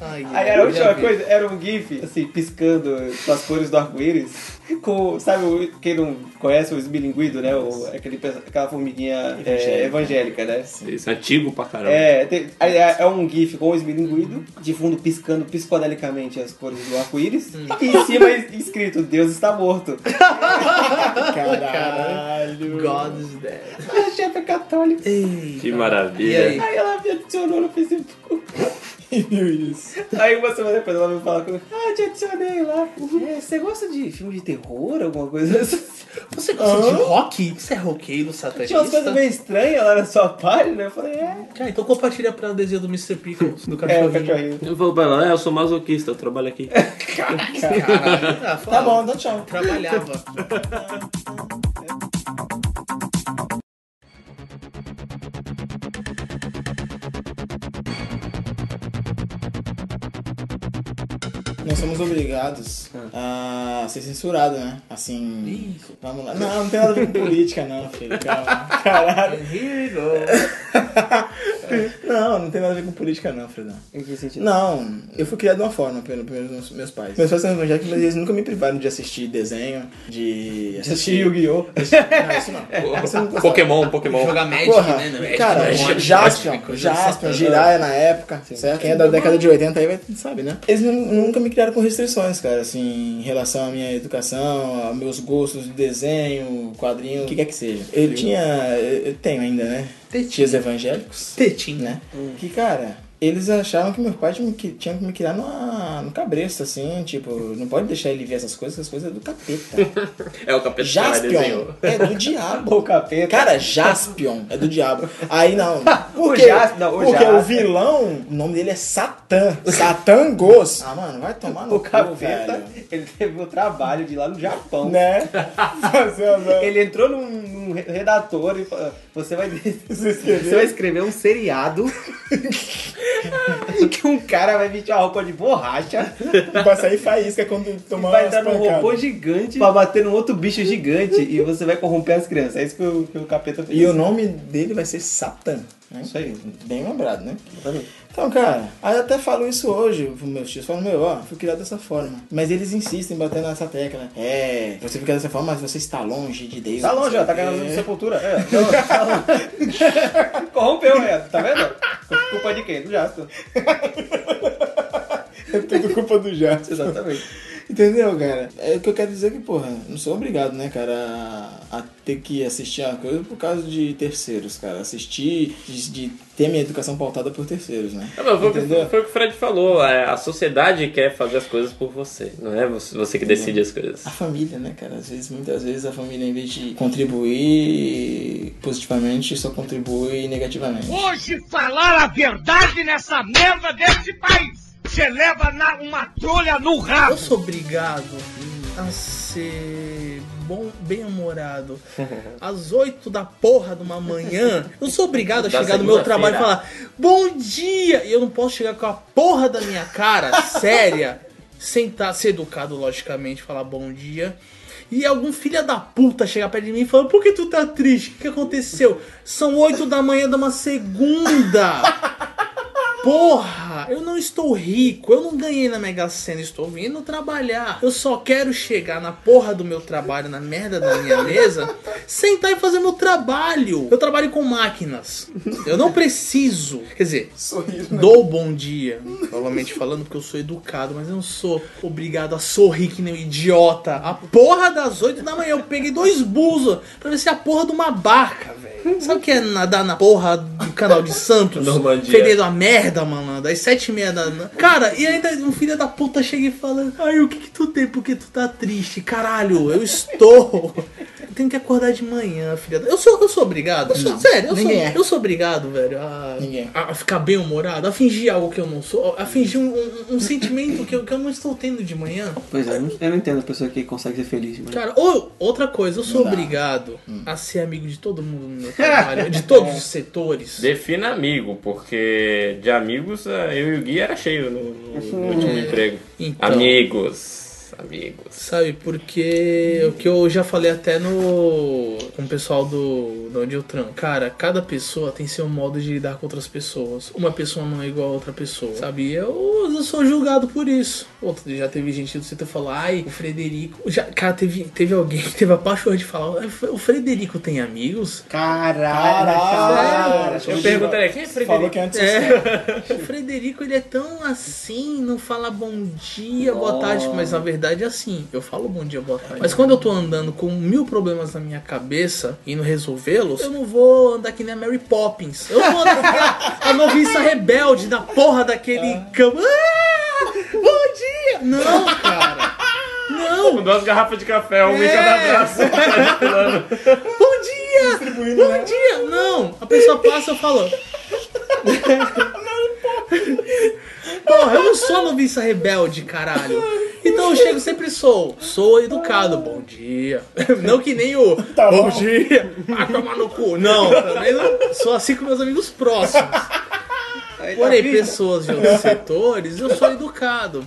B: Ai,
A: Aí era a
B: eu já
A: última
B: vi.
A: coisa, era um GIF, assim, piscando com as cores do arco-íris. Com, sabe, o- quem não conhece o esbilinguido, né? O, aquele, pe- aquela formiguinha é, evangélica, né?
D: Isso é antigo pra caramba.
A: É, tem- aí é, é um GIF com o esmilinguido, de fundo piscando psicodelicamente as cores do arco-íris, e em cima es- escrito: Deus está morto.
C: Caralho.
B: Ah, God is dead.
A: A chefe é católica.
B: Ei.
D: Que
B: E
D: maravilha.
B: aí?
A: Aí ela me adicionou no Facebook. E viu isso. Aí uma semana depois ela me fala comigo: Ah, te adicionei lá. É, você gosta de filme de terror, alguma coisa assim?
B: Você gosta de rock? Você é roqueiro, satanista?
A: Tinha umas coisas meio estranhas lá na sua página. Eu falei: É,
B: Cara, então compartilha pra o desenho do Mr. Pickles, do
A: é o
B: cachorrinho.
A: cachorrinho.
D: Eu falo pra ela, é, eu sou masoquista, eu trabalho aqui.
B: Caralho. Ah,
C: Tá
B: fala.
C: bom, então tchau.
B: Trabalhava.
C: Nós somos obrigados a ser censurado, né? Assim.
B: Isso.
C: Vamos lá. Não, não tem nada a ver com política, não, filho. Calma. Caralho.
B: Here you go.
C: Não, não tem nada a ver com política, não, Fredão.
A: Em que sentido?
C: Não, eu fui criado de uma forma pelo- pelos meus pais. Meus pais são evangélicos, mas eles nunca me privaram de assistir desenho, de assistir Yu-Gi-Oh! Não, isso não. Isso eu não gostava.
D: Pokémon, Pokémon.
B: Jogar Magic,
C: Porra,
B: né? Magic,
C: cara,
B: Magic, Magic,
C: Jaspion,
B: coisa
C: Jaspion,
B: satana.
C: Jiraiya na época, certo? Quem é da década de 80 aí vai, sabe, né? Eles nu- nunca me criaram com restrições, cara, assim, em relação à minha educação, aos meus gostos de desenho, quadrinho, o que quer que seja. Eu tinha, eu eu tenho ainda, né? Tias evangélicos
B: Tetinho, né?
C: né? Que, cara, eles acharam que meu pai tinha que, tinha que me criar numa, no cabresto, assim, tipo, não pode deixar ele ver essas coisas, essas coisas é do capeta.
D: É o capeta que vai
C: Jaspion
D: desenhou.
C: é do diabo.
A: O capeta.
C: Cara, Jaspion é do diabo. Aí não.
A: O
C: Porque,
A: Jas- não, o
C: porque
A: Jas-
C: o vilão, o nome dele é Satã. Satangos. Ah, mano, vai tomar no
A: O
C: cu,
A: capeta,
C: velho.
A: ele teve o trabalho de ir lá no Japão.
C: Né? Fazer uma-
A: Ele entrou num, num re- redator e falou: você vai,
C: escrever?
A: você vai escrever um seriado em que um cara vai vestir uma roupa de borracha
C: Vai sair faísca quando tomar
H: Vai
C: umas
H: entrar num
C: pancadas.
H: robô gigante.
A: pra bater num outro bicho gigante e você vai corromper as crianças. É isso que o, que o capeta fez.
C: E o nome dele vai ser Satã. Né?
A: Isso aí.
C: Bem lembrado, né? Então, cara, aí eu até falo isso hoje pros meus tios. Falo, meu, ó, fui criado dessa forma. Mas eles insistem em bater nessa tecla. É, você fica dessa forma, mas você está longe de Deus.
A: Tá longe, ó, tá ganhando sepultura. É, tá longe. Corrompeu, é, tá vendo? Culpa de quem? Do Jasper.
C: É tudo culpa do Jato.
A: Exatamente.
C: Entendeu, cara? É o que eu quero dizer é que, porra, não sou obrigado, né, cara, a- a ter que assistir uma coisa por causa de terceiros, cara. Assistir, de, de ter minha educação pautada por terceiros, né?
D: Não, Ah, mas foi, o
C: Entendeu?
D: que, foi o que o Fred falou, é, a sociedade quer fazer as coisas por você, não é você você que decide as coisas.
C: A família, né, cara? Às vezes, muitas vezes a família, em vez de contribuir positivamente, só contribui negativamente.
E: Hoje falar a verdade nessa merda deste país. Você leva na, uma trolha no
B: Eu
E: rabo.
B: sou obrigado a ser bom, bem-humorado às 8 da porra de uma manhã. Eu sou obrigado a
D: Da
B: chegar no meu trabalho e
D: segunda-feira.
B: falar bom dia! E eu não posso chegar com a porra da minha cara séria, sem tá, ser educado logicamente, falar bom dia. E algum filho da puta chegar perto de mim e falar, por que tu tá triste? O que aconteceu? São 8 da manhã de uma segunda! Porra, eu não estou rico, eu não ganhei na Mega Sena, estou vindo trabalhar. Eu só quero chegar na porra do meu trabalho, na merda da minha mesa, sentar e fazer meu trabalho. Eu trabalho com máquinas. Eu não preciso. Quer dizer, dou bom dia. Novamente falando porque eu sou educado, mas eu não sou obrigado a sorrir que nem um idiota. A porra das 8 da manhã eu peguei dois búzios pra ver se é a porra de uma barca, velho. Sabe o que é nadar na porra do canal de Santos?
D: Normandia.
B: Fedendo a merda, malandro. Às sete e meia da noite. Cara, e ainda um filho da puta chega e fala: Ai, o que que tu tem? Porque tu tá triste? Caralho, eu estou. Eu tenho que acordar de manhã, filha da... Eu sou, eu sou obrigado. Eu sou, sério, eu sou,
C: ninguém é.
B: eu sou obrigado, velho, a,
C: Ninguém.
B: a ficar bem humorado, a fingir algo que eu não sou, a fingir um, um- um sentimento que eu, que eu não estou tendo de manhã.
A: Pois é, eu não- eu não entendo a pessoa que consegue ser feliz, mano.
B: Cara, ou outra coisa, eu sou obrigado a ser amigo de todo mundo no meu trabalho, de todos os setores.
D: Defina amigo, porque de amigos eh, eu e o Gui era cheio no, no- no último emprego.
B: Então.
D: Amigos, amigos.
B: Sabe, porque o que eu já falei até no. com o pessoal do. de onde eu trampo. Cara, cada pessoa tem seu modo de lidar com outras pessoas. Uma pessoa não é igual a outra pessoa. Sabe? Eu, eu sou julgado por isso. Outro, já teve gente do setor falar, ai, o Frederico. Já, cara, teve, teve alguém que teve a paixão de falar, o Frederico tem amigos?
C: Caralho!
D: Eu perguntaria, quem é Frederico?
C: Falou que antes é.
B: O Frederico, ele é tão assim, não fala bom dia, boa tarde, mas na verdade é assim. Eu falo bom dia, boa tarde. Mas quando eu tô andando com mil problemas na minha cabeça e não resolvê-los, eu não vou andar que nem a Mary Poppins. Eu vou andar a noviça rebelde da porra daquele cama. Ah, bom dia! É. Não, cara. Não!
D: Com duas garrafas de café, um em
B: É.
D: cada braço.
B: Bom dia! Bom dia! Não! A pessoa passa e fala. Porra, eu não sou noviça rebelde, caralho. Então eu chego e sempre sou. Sou educado. Bom dia. Não que nem o. bom, dia. Vai tomar no cu. Não, também não. Sou assim com meus amigos próximos. Porém, pessoas de outros setores, eu sou educado.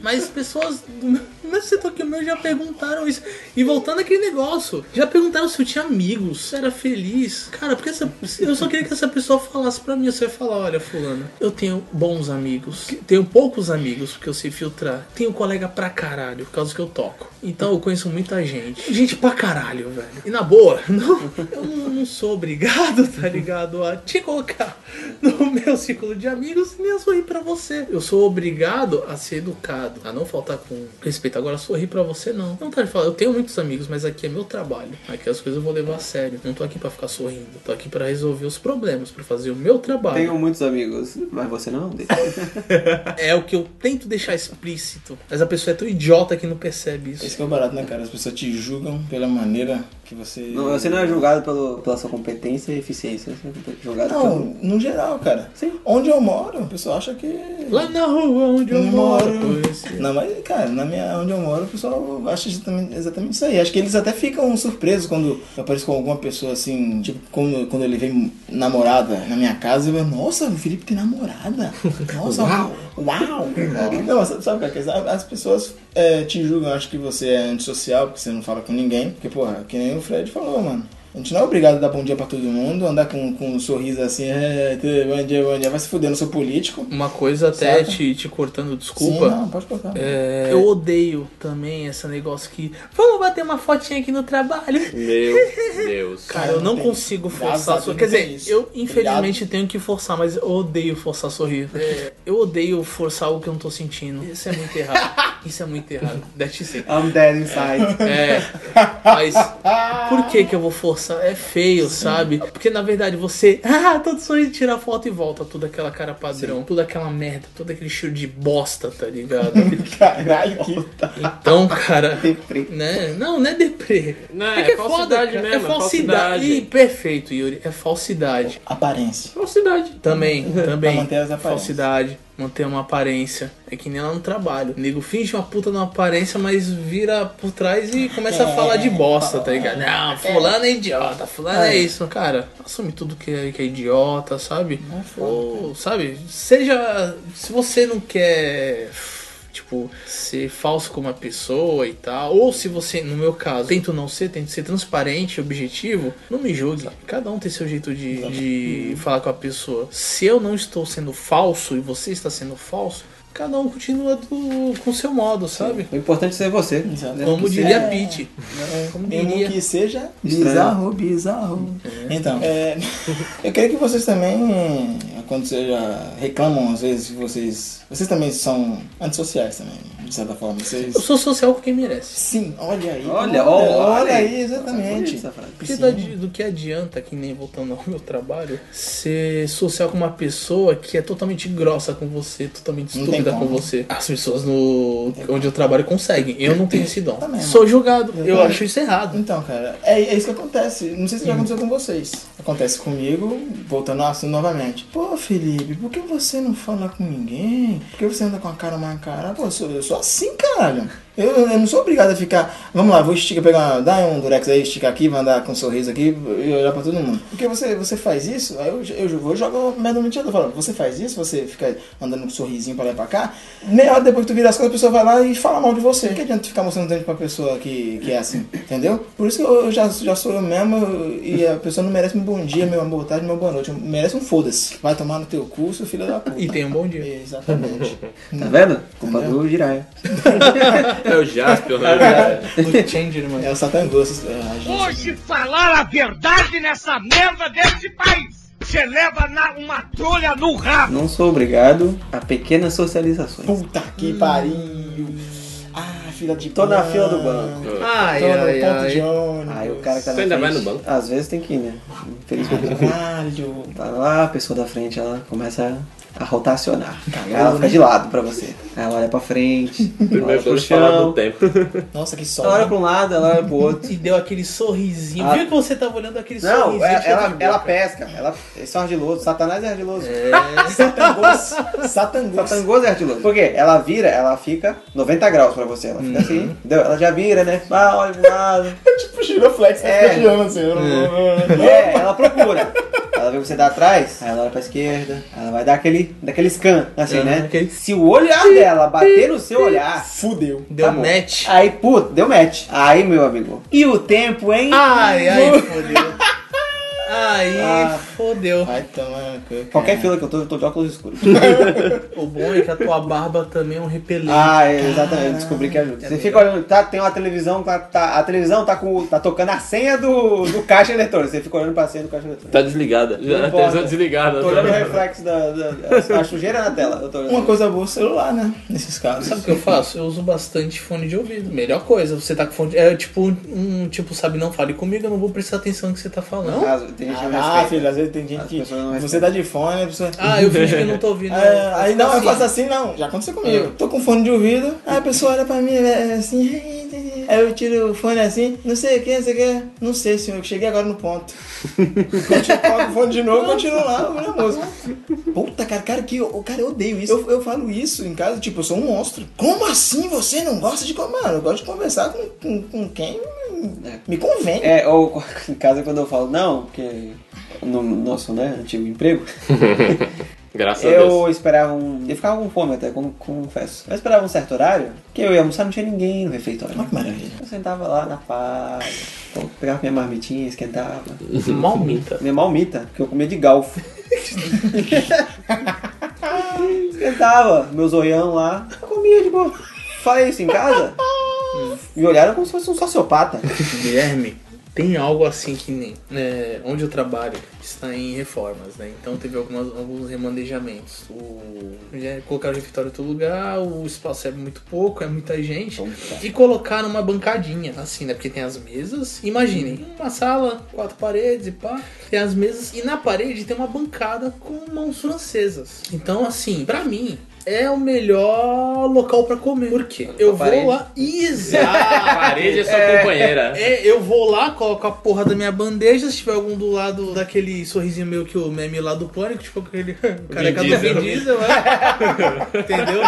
B: Mas pessoas do mesmo setor que o meu já perguntaram isso. E voltando àquele negócio, já perguntaram se eu tinha amigos, se eu era feliz. Cara, porque essa, eu só queria que essa pessoa falasse pra mim. Você vai falar, olha, fulano, eu tenho bons amigos. Tenho poucos amigos, porque eu sei filtrar. Tenho colega pra caralho, por causa que eu toco. Então eu conheço muita gente. Gente pra caralho, velho. E na boa, não, eu não, não sou obrigado, tá ligado? A te colocar no meu círculo de amigos e nem a sorrir pra você. Eu sou obrigado a ser educado, a não faltar com respeito. Agora, sorrir pra você, não. Não tá de falar, eu tenho muitos amigos, mas aqui é meu trabalho. Aqui as coisas eu vou levar a sério. Não tô aqui pra ficar sorrindo. Tô aqui pra resolver os problemas, pra fazer o meu trabalho.
A: Tenho muitos amigos, mas você não é um deles.
B: É o que eu tento deixar explícito. Mas a pessoa é tão idiota que não percebe isso.
C: Esse que é o barato, né, cara? As pessoas te julgam pela maneira Que você.
A: Não, você não é julgado pelo, pela sua competência e eficiência. Você é julgado
C: Não,
A: pelo.
C: no geral, cara.
A: Sim.
C: Onde eu moro, o pessoal acha que.
B: Lá na rua onde eu
C: Onde
B: moro.
C: Não, mas, cara, na minha, onde eu moro, o pessoal acha exatamente, exatamente isso aí. Acho que eles até ficam surpresos quando eu apareço com alguma pessoa assim, tipo, quando, quando eu levei namorada na minha casa, eu falo, nossa, o Felipe tem namorada. Nossa, uau! Uau! Não, sabe, sabe o que é que é? As pessoas é, te julgam, acho que você é antissocial, porque você não fala com ninguém. Porque, porra, que nem o Fred falou, mano. A gente não é obrigado a dar bom dia pra todo mundo, andar com, com um sorriso assim, é, tê, bom dia, bom dia, vai se fuder, não sou político.
B: Uma coisa até
C: Certo.
B: te, te cortando,
C: Sim,
B: desculpa.
C: não, pode cortar.
B: É, Eu odeio também esse negócio que. Vamos bater uma fotinha aqui no trabalho.
D: Meu Deus.
B: Cara, eu não
C: tem.
B: consigo
C: Graças a
B: forçar a
C: Deus,
B: sorrir.
C: não
B: Quer
C: tem
B: dizer,
C: isso.
B: eu infelizmente tenho que forçar, mas eu odeio forçar a sorrir. É, eu odeio forçar algo que eu não tô sentindo. Isso é muito errado. Isso é muito errado. That's it.
A: I'm dead inside.
B: É, mas por que que eu vou forçar? É feio, sabe? Porque na verdade você, ah, todo sorrindo, tira a foto e volta, toda aquela cara padrão, toda aquela merda, todo aquele cheiro de bosta, tá ligado?
C: Caralho, que
B: Então, cara,
A: Deprê.
B: né? Não, não é deprê.
D: Não,
B: é
D: é
B: que é foda,
D: falsidade
B: cara.
D: mesmo,
B: é
D: é
B: falsidade.
D: falsidade.
B: Ih, perfeito, Yuri, é falsidade.
C: aparência.
D: Falsidade.
B: Também, também.
C: Pra manter as aparências.
B: Falsidade, manter uma aparência. É que nem lá no trabalho. O nego finge uma puta numa aparência, mas vira por trás e começa a falar de bosta, tá ligado? Não, fulano é idiota, fulano é, isso. Cara, assume tudo que é, que é idiota, sabe? Ou, sabe? Seja. Se você não quer. Tipo, ser falso com uma pessoa e tal. Ou se você, no meu caso, tento não ser, tento ser transparente, objetivo, não me julgue. Cada um tem seu jeito de, de falar com a pessoa. Se eu não estou sendo falso e você está sendo falso, cada um continua do, com seu modo, sabe?
A: O importante é ser você. é,
C: Exato.
B: Como
C: Que
B: diria
C: seja-
B: Pete. Como
C: Mesmo
B: diria.
C: que seja
A: Estranho.
C: bizarro, bizarro. Então, é, eu creio que vocês também, quando vocês já reclamam, às vezes, que vocês. Vocês também são antissociais também, de certa forma. Vocês.
B: Eu sou social com quem merece.
C: Sim, olha aí.
A: Olha,
C: olha,
A: olha
C: olha
A: aí.
C: aí, exatamente.
A: Bonita essa frase.
B: Porque
C: Sim.
B: do, adi- do que adianta, que nem voltando ao meu trabalho, ser social com uma pessoa que é totalmente grossa com você, totalmente
C: Não tem
B: estúpida com
C: como.
B: você. As pessoas no onde eu trabalho conseguem. Eu não tenho esse dom.
C: Também,
B: Sou julgado.
C: Eu
B: Eu
C: também.
B: acho isso errado.
C: Então, cara, é, é isso que acontece. Não sei se já aconteceu com vocês. Acontece comigo, voltando ao assunto novamente. Pô, Felipe, por que você não fala com ninguém? Por que você anda com a cara uma cara? Pô, eu sou, eu sou assim, caralho. Eu, eu não sou obrigado a ficar. Vamos lá, vou esticar, pegar, dá um durex aí, esticar aqui, vai andar com um sorriso aqui e olhar pra todo mundo. Porque você, você faz isso, aí eu, eu vou jogar merda no ventilador. Falo, você faz isso, você fica andando com um sorrisinho pra lá e pra cá. Meia hora depois que tu vira as coisas, a pessoa vai lá e fala mal de você. Por que adianta tu ficar mostrando dente pra pessoa que, que é assim? Entendeu? Por isso que eu já, já sou eu mesmo e a pessoa não merece um bom dia, meu boa tarde, meu boa noite. Merece um foda-se. Vai tomar no teu curso, filha da puta.
B: E tenha um bom dia.
C: Exatamente.
A: Tá vendo? Culpa do Jiraiya.
D: É o Jasper, né?
B: Do changer, mano.
C: É o satangoso. é, a gente.
E: Hoje falar a verdade nessa merda desse país. Você leva na, uma trolha no rabo.
A: Não sou obrigado a pequenas socializações.
C: Puta que
B: Hum.
C: pariu. Ah, fila de
A: Tô na
C: pão.
A: fila do banco.
B: Ai,
C: Tô no
B: ai,
C: Então, ponto de
B: ai.
C: ônibus.
A: Aí o cara que tá
D: Você
A: na
D: ainda
A: frente-
D: vai no banco?
A: Às vezes tem que ir, né? Infelizmente.
C: Caralho.
A: Tá lá, a pessoa da frente, ela começa a rotacionar. Aí ela fica de lado pra você. Aí ela olha pra frente, ela olha
D: Primeiro
A: pro
D: vamos falar do
A: chão.
D: tempo.
C: Nossa, que sol.
A: Ela olha pra um lado, ela olha pro outro.
B: E deu aquele sorrisinho.
A: Ah.
B: Viu que você tava olhando aquele
A: Não,
B: sorrisinho? Tipo,
A: é-
B: cheio de
A: ela,
B: boca.
A: ela pesca. Ela, esse é um ardiloso. Satanás é ardiloso.
C: Satangoso. Satangoso.
A: Satangoso é ardiloso. Por quê? Ela vira, ela fica 90 graus pra você. Ela
D: Uhum.
A: fica assim, entendeu? Ela já vira, né? Ah, olha pro lado.
C: tipo giroflex, tá
A: É.
C: é. girando assim.
A: É, ela procura. Ela vê você dá atrás, aí ela olha pra esquerda, ela vai dar aquele, daquele scan, assim,
B: Uhum,
A: né?
B: aquele-
A: Se o olhar dela bater no seu olhar,
C: Fudeu.
B: Deu
A: tá bom.
B: match.
A: Aí, puta, deu match. Aí, meu amigo. E o tempo, hein?
C: Ah,
B: Ai, ai, fodeu. Aí,
A: Ah.
B: fodeu.
C: Vai tomar coca.
A: Qualquer fila que eu tô, eu tô de óculos escuros.
B: O bom é que a tua barba também é um repelente.
A: ah, é, exatamente, eu descobri que ajuda. Você fica olhando, tá, tem uma televisão, tá, tá- a televisão tá, com, tá tocando a senha do, do caixa eletrônico. Você fica olhando pra senha do caixa eletrônico.
D: Tá desligada. A
A: importa.
D: televisão desligada. né?
A: Tô olhando o reflexo da, da, da- a sujeira na tela. Eu tô olhando.
C: Uma coisa boa, o celular, né? Nesses casos.
B: Sabe o que eu faço? Eu uso bastante fone de ouvido. Melhor coisa, você tá com fone de... É tipo, um tipo, sabe, não fale comigo, eu não vou prestar atenção no que você tá falando.
A: Ah, tem gente que não
C: Ah,
A: respeita.
C: filho, às vezes coisa, tem gente
A: As
C: que
A: pessoas não
C: você tá de fone, a pessoa.
B: Ah, eu fingi que não tô ouvindo.
C: É, aí não, eu
B: Assim.
C: faço assim, não. Já aconteceu comigo. Tô com fone de ouvido, aí a pessoa olha pra mim é assim, aí eu tiro o fone assim, não sei o que, não sei o que, não sei, senhor, eu cheguei agora no ponto. Continuo, coloco o fone de novo, continuo lá ouvindo a música. Puta, cara, cara, que eu, cara, eu odeio isso. Eu, eu falo isso em casa, tipo, eu sou um monstro. Como assim você não gosta de conversar? Mano, eu gosto de conversar com, com, com quem me convém.
A: É, ou em casa quando eu falo não, porque no nosso né, antigo emprego,
D: Graças a Deus.
A: eu esperava um. Eu ficava com fome até, con- confesso. Eu esperava um certo horário, que eu ia almoçar não tinha ninguém no refeitório.
C: Olha que maravilha.
A: Eu sentava lá na paz, então, pegava minha marmitinha, esquentava.
B: Malmita.
A: Minha malmita, que eu comia de galfo. esquentava, meus zoião lá, eu comia de boa. Falei isso em casa? Me olharam como se fosse um sociopata.
B: Guilherme, tem algo assim que nem. é, onde eu trabalho está em reformas, né? Então teve algumas, alguns remanejamentos. O, já colocaram o refeitório em todo lugar, o espaço é muito pouco, é muita gente. E colocaram uma bancadinha, assim, né? Porque tem as mesas. Imaginem, uma sala, quatro paredes e pá. Tem as mesas e na parede tem uma bancada com mãos francesas. Então, assim, pra mim. É o melhor local pra comer. Por quê? Eu vou
A: parede.
B: lá. Exato!
D: A parede é sua companheira.
B: É, eu vou lá, coloco a porra da minha bandeja, se tiver algum do lado daquele sorrisinho meu que o meme lá do pânico, tipo aquele careca do
D: Diesel.
B: Vin Diesel, é. Entendeu?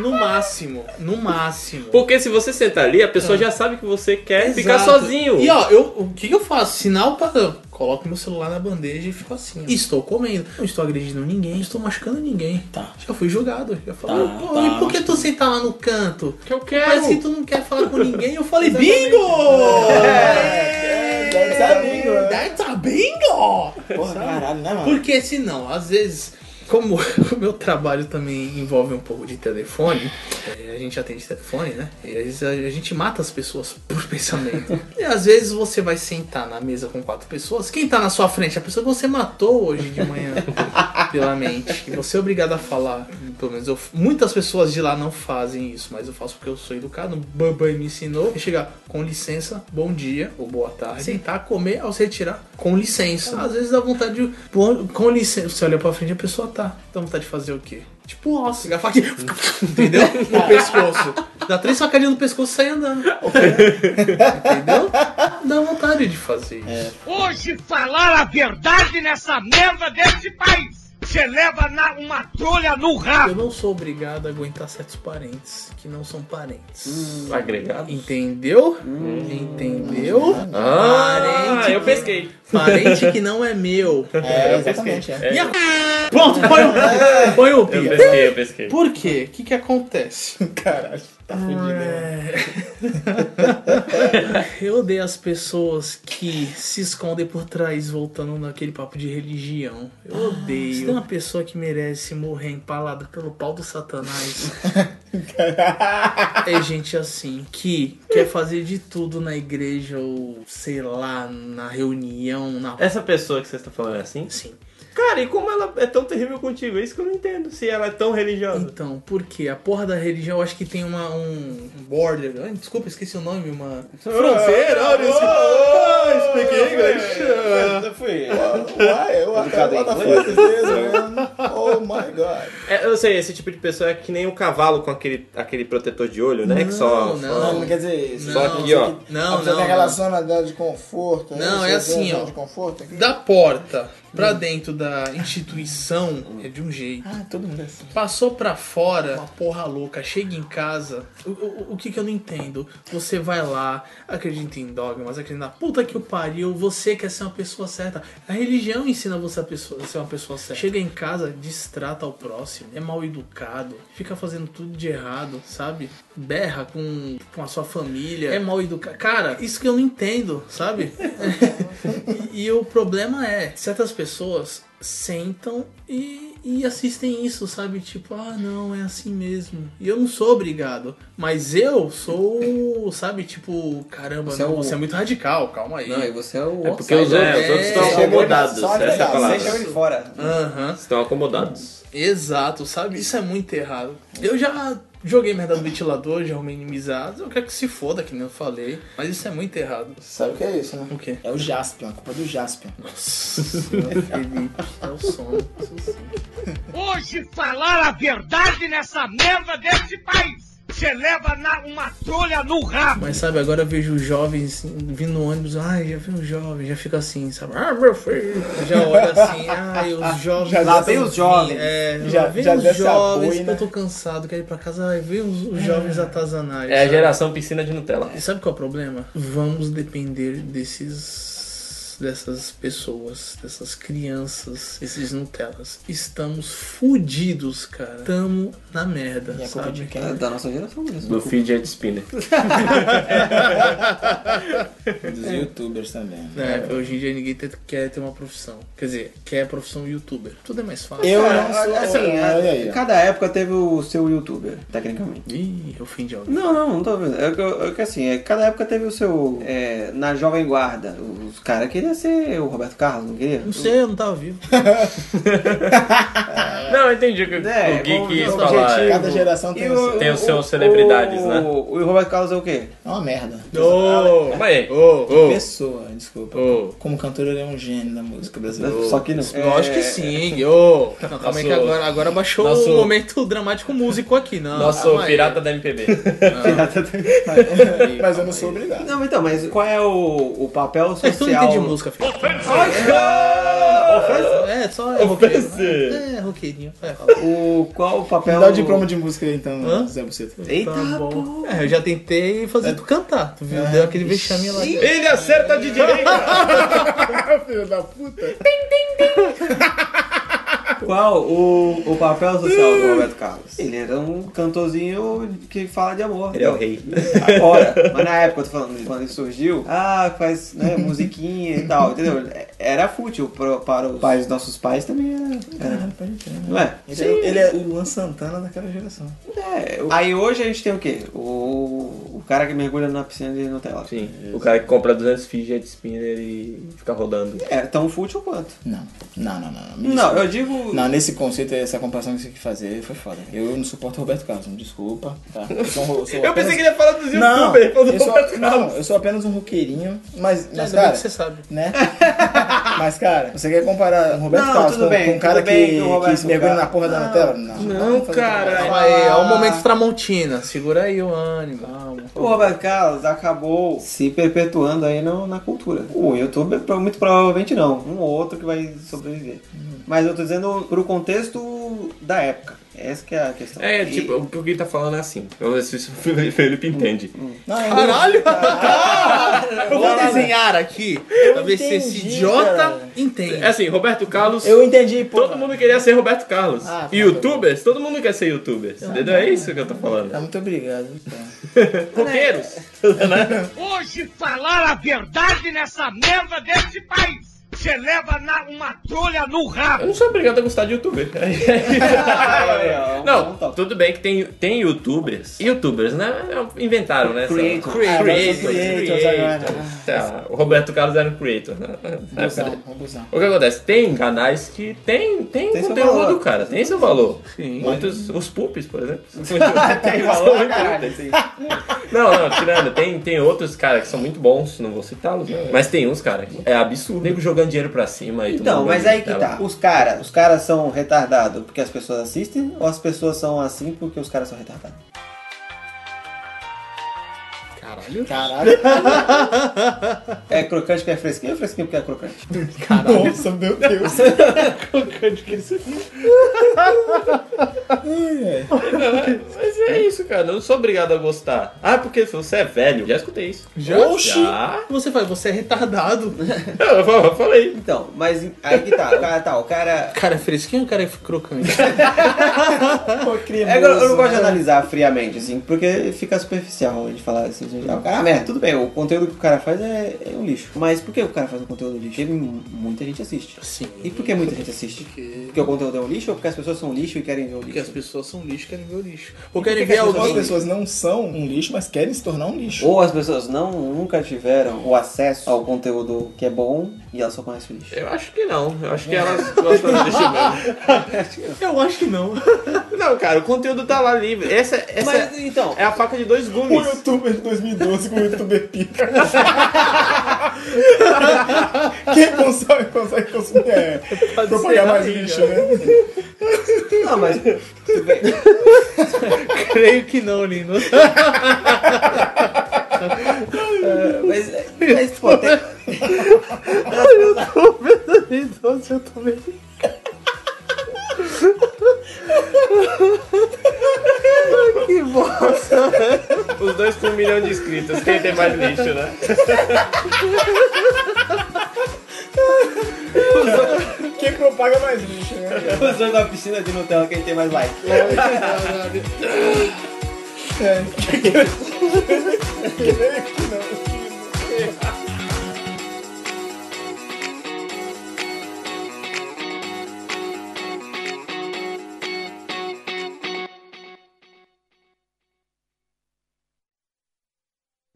B: No máximo, no máximo.
D: Porque se você sentar ali, a pessoa já sabe que você quer
B: Ah. Exato.
D: ficar sozinho.
B: E ó, eu, o que, que eu faço? Sinal padrão. Coloco meu celular na bandeja e fico assim. ó. Estou comendo. Não estou agredindo ninguém, não estou machucando ninguém.
C: Tá.
B: Já fui julgado. Já falei,
C: Tá,
B: pô,
C: tá,
B: e por que tu sentar lá no canto?
D: que eu quero.
B: Mas se tu não quer falar com ninguém, eu falei, bingo!
C: É, that's a bingo, é.
B: That's a bingo!
C: Porra, caralho, né, mano?
B: Porque senão, às vezes, como o meu trabalho também envolve um pouco de telefone, é, a gente atende telefone, né? E às vezes a a gente mata as pessoas por pensamento. E às vezes você vai sentar na mesa com quatro pessoas, quem tá na sua frente? A pessoa que você matou hoje de manhã pela mente. E você é obrigado a falar. Pelo menos eu, muitas pessoas de lá não fazem isso, mas eu faço porque eu sou educado. um Bambam me ensinou. É chegar com licença, bom dia ou boa tarde. Sentar, comer, ao se retirar, com licença. Às vezes dá vontade de. pô, Com licença. Você olha pra frente e a pessoa tá. Dá vontade de fazer o quê? Tipo, nossa, pegar a faca e- Entendeu? No pescoço. Dá três facadinhas no pescoço e sai andando. Entendeu? Dá vontade de fazer isso.
E: Hoje falar a verdade nessa merda deste país. Você leva na, uma trolha no
B: Eu
E: rabo.
B: não sou obrigado a aguentar certos parentes que não são parentes.
D: Agregado.
B: Entendeu? Entendeu?
D: Ah,
B: Parente
D: eu
B: que-
D: pesquei.
B: Parente que não é meu.
C: É, exatamente, é.
B: E a... Pronto, um. põe o, põe o
D: Eu
B: pi.
D: pesquei, eu pesquei.
B: Por quê? O que que acontece?
C: Caralho,
B: Ah,
C: tá fudido, né?
B: é. Eu odeio as pessoas que se escondem por trás voltando naquele papo de religião. Eu odeio. Se Ah, tem uma pessoa que merece morrer empalada pelo pau do satanás, é gente assim que quer fazer de tudo na igreja ou sei lá, na reunião, na
D: Essa pessoa que você está falando é assim?
B: Sim.
D: Cara, e como ela é tão terrível contigo? É isso que eu não entendo. Se ela é tão religiosa.
B: Então, por quê? A porra da religião, eu acho que tem uma, um border. Ai, desculpa, esqueci o nome, uma.
D: Franceira, olha isso.
B: Ah,
D: Oh, speak
A: fui.
C: Why? What,
A: Educado
C: what the
A: em
C: fuck is this, man? Oh my god.
D: É, eu sei, esse tipo de pessoa é que nem o cavalo com aquele, aquele protetor de olho, né? que só.
B: Não,
C: Não,
B: não.
C: não quer dizer isso.
D: Só
B: Não,
D: aqui, ó.
C: a
B: Não,
C: pessoa
B: não.
C: tem
B: não.
C: aquela zona da- de conforto.
B: Não,
C: né?
B: é
C: Você tem
B: assim,
C: a zona
B: ó.
C: De conforto aqui.
B: Da porta pra dentro da instituição é de um jeito.
C: Ah, todo mundo é assim.
B: Passou pra fora, uma porra louca, chega em casa. O, o- o que que eu não entendo? Você vai lá, acredita em dogmas, acredita na puta que o pariu, você quer ser uma pessoa certa. A religião ensina você a, pessoa- a ser uma pessoa certa. Chega em casa, distrata o próximo, é mal educado, fica fazendo tudo de errado, sabe? Berra com, com a sua família, é mal educado. Cara, isso que eu não entendo, sabe? E o problema é, certas pessoas sentam e, e assistem isso, sabe? Tipo, ah, não, é assim mesmo. E eu não sou obrigado. Mas eu sou, sabe? Tipo, caramba,
A: Você é
B: não,
A: o-
B: você é muito radical, calma aí.
A: Não, e você é o
D: É porque os outros,
B: É,
D: os outros estão
B: é,
D: acomodados.
C: só
D: essa é a
C: agregado,
D: palavra.
A: Você chama ele fora.
B: Aham.
D: Estão acomodados.
B: Exato, sabe? Isso é muito errado. Eu já Joguei merda no ventilador, já arrumei inimizados. Eu quero que se foda, que nem eu falei. Mas isso é muito errado.
C: Sabe o que é isso, né?
B: O quê?
C: É o Jaspion, a culpa do Jaspion.
B: Nossa, Felipe, é o sono.
E: Hoje falar a verdade nessa merda deste país. Você leva na, uma trolha no rabo.
B: Mas sabe, agora eu vejo os jovens vindo no ônibus, ai, já vi um jovem, já fica assim, sabe? Ah, meu filho! Já olha assim, ai, os jovens.
A: já
B: lá
A: desce
B: vem
A: os jovens.
B: É,
C: Já-
B: já vem
C: já
B: os
C: desce a
B: jovens,
C: boina. É.
B: eu tô cansado, quero ir pra casa, ai, vem os, os jovens atazanais.
D: É a
B: sabe?
D: geração piscina de Nutella.
B: E sabe qual é o problema? Vamos depender desses dessas pessoas, dessas crianças, esses Nutellas. Estamos fudidos, cara. Tamo na merda,
C: E a culpa de
B: sabe?
C: quem?
A: É, Da nossa geração mesmo.
D: Do fidget spinner.
A: É
C: Dos youtubers também.
A: né?
B: É, porque hoje em dia ninguém te- quer ter uma profissão. Quer dizer, quer a profissão youtuber. Tudo é mais fácil.
C: Eu
A: Cara,
C: não sou.
A: assim,
C: olha aí, ó.
A: cada época teve o seu youtuber, tecnicamente.
B: Ih, é o fim de alguém.
A: Não, não, não tô vendo. É que eu- é que assim, é, cada época teve o seu. é, na Jovem Guarda, os caras queriam ser o Roberto Carlos, não queria?
B: Não sei, eu não tava vivo.
D: Não, eu entendi o que
A: É,
D: o Gui
A: vamos
D: quis
A: ver o
D: falar. é.
C: Cada geração tem
A: E
C: o seu.
D: Tem os seus celebridades,
A: o-
D: né?
A: O, o Roberto Carlos é o quê?
C: É uma merda.
B: Ô,
D: Calma aí.
B: ô,
C: Pessoa, desculpa.
B: ô.
C: Como cantor, ele é um gênio da música brasileira.
A: Só que não.
B: Lógico
A: É,
B: que sim, ô. Não, calma aí que
D: Nosso-
B: agora, agora baixou
D: nosso-
B: o momento dramático músico aqui, não.
D: Nosso
B: calma aí.
D: pirata da MPB.
C: Mas eu não sou obrigado.
A: Não, então, mas qual é o, o papel
B: Mas tu não entende
A: social?
B: música, filho. É, só é roqueirinho.
D: Ofensa.
B: É, é roqueirinho. É, fala.
A: O, qual o
C: Me
A: papel.
C: dá o diploma de música aí, então,
B: Hã?
C: Zé Buceta.
A: Eita,
B: Tá
A: pô.
B: bom. É, eu já tentei fazer tu cantar. Tu viu? Deu aquele vexame lá.
D: Ele acerta de direita.
C: Filho da puta.
A: Qual o, o papel social do Roberto Carlos? Ele era um cantorzinho que fala de amor.
D: Ele é o rei.
A: Agora, mas na época, eu tô falando, quando ele surgiu, ah, faz né, musiquinha e tal, entendeu? Era fútil pro- para os pais, nossos pais também era. era não é?
C: Ele, é, ele é o Luan Santana daquela geração.
A: É, o- Aí hoje a gente tem o quê? O, o cara que mergulha na piscina de Nutella.
D: Sim, o cara que compra 200 fidget spinner e fica rodando.
A: É tão fútil quanto.
C: Não, não, não, não. Não, me
A: Não,
C: desculpa.
A: eu digo.
C: Não, nesse conceito, essa comparação que você quis fazer foi foda. Eu não suporto Roberto Carlos, me desculpa. Tá? Eu, sou, um- eu, sou
D: Eu pensei
C: apenas-
D: que ele ia falar
A: um
D: dos
C: não,
D: youtubers, falou do
C: eu sou,
D: Roberto
C: não,
D: Carlos.
C: eu sou apenas um roqueirinho, mas,
B: Ainda
C: mas
B: bem
C: cara,
B: que você sabe.
C: né? Mas, cara, você quer comparar o Roberto
A: Não,
C: Carlos
A: tudo
C: com,
A: bem,
C: com um cara
A: tudo bem que
C: que,
A: o Roberto
C: que se mergulha
A: Carlos-
C: na porra da Nutella? Não,
D: Não,
C: fazer
D: cara.
B: Calma aí, é o momento Tramontina. Segura aí o ânimo. Calma.
A: O Roberto Carlos acabou se perpetuando aí no- na cultura. O YouTube, pro- muito provavelmente não. Um ou outro que vai sobreviver. Mas eu tô dizendo pro contexto da época. Essa que é a questão.
D: É,
A: E-
D: tipo, o que o Gui tá falando é assim. Eu não sei se o Felipe entende.
C: Não, eu-
B: Caralho! Eu vou desenhar aqui pra ver se esse
C: entendi,
B: idiota
C: cara.
B: entende.
D: É assim, Roberto Carlos.
C: Eu entendi, pô.
D: Todo mundo queria ser Roberto Carlos.
C: Ah,
D: e youtubers, todo mundo quer ser youtubers. Entendeu? É isso que eu tô
C: Tá,
D: falando.
C: muito obrigado. Tá.
D: Roqueiros.
E: Hoje falar a verdade nessa merda deste país. Você leva na, uma trolha no
D: Eu
E: rabo.
D: não sou obrigado a gostar de youtuber.
A: é, é um- é um
D: não,
A: top.
D: tudo bem que tem, tem youtubers. Youtubers, né? Inventaram, né? essa-
A: Creators.
D: Creators.
C: Ah, agora são
D: creators.
C: creators agora.
D: Tá, o Roberto Carlos era um creator. né?
C: Abusão, abusão.
D: O que acontece? Tem canais que tem, tem,
A: Tem seu
D: conteúdo,
A: valor.
D: cara. Tem seu valor.
B: Sim.
D: Muitos, os poops, por exemplo.
A: Tem valor pra caralho, assim.
D: Não, não, tirando, tem, tem outros, cara, que são muito bons, não vou citá-los, né? mas tem uns, cara, que é absurdo. Nego jogando dinheiro pra cima e tudo.
A: Então, mas aí que tá. Os caras, os caras são retardados porque as pessoas assistem ou as pessoas são assim porque os caras são retardados?
B: Caralho.
C: Caralho.
A: É crocante porque é fresquinho ou fresquinho porque é crocante?
C: Nossa, meu Deus.
D: Mas é isso, cara, eu não sou obrigado a gostar. Ah, porque se você é velho, já escutei isso.
B: Já?
D: Oxi!
B: O que Você faz, você é retardado.
D: Eu, eu- eu falei.
A: Então, mas aí que tá. O cara tá, o cara.
B: O cara é fresquinho ou o cara é crocante?
A: É, eu, eu não gosto de analisar friamente, assim, porque fica superficial a gente falar assim. gente, ah, o cara, é uma merda, tudo bem, o conteúdo que o cara faz é, é um lixo. Mas por que o cara faz um conteúdo lixo? Ele, muita gente assiste.
B: Sim.
A: E por que muita gente assiste? Porque o conteúdo é um lixo ou porque as pessoas são lixo e querem ver o lixo?
B: Porque as pessoas são lixo, querem ver o lixo. Ou querem
C: Porque
B: ver
C: as pessoas- as
B: alguém.
C: pessoas não são um lixo, mas querem se tornar um lixo.
A: Ou as pessoas não, nunca tiveram o acesso ao conteúdo que é bom e elas só conhecem o lixo.
D: É. Eu acho que não. Eu acho que elas gostam de deixar
B: Eu acho que não.
D: Não, cara. O conteúdo tá lá livre. Essa, essa
A: Mas então,
D: é a faca de dois gumes.
C: youtuber de 2012 com o youtuber pica. Quem consegue, consegue consumir é, propagar mais lixo, né?
A: não, mas tudo bem.
B: Creio que não, Lino.
A: É, mas, mas, pô, tem,
B: Nossa, eu também. que bosta.
D: Os dois com um milhão de inscritos. Quem tem mais lixo, né?
C: Quem propaga mais lixo, né?
A: os dois na piscina de Nutella, quem tem mais like.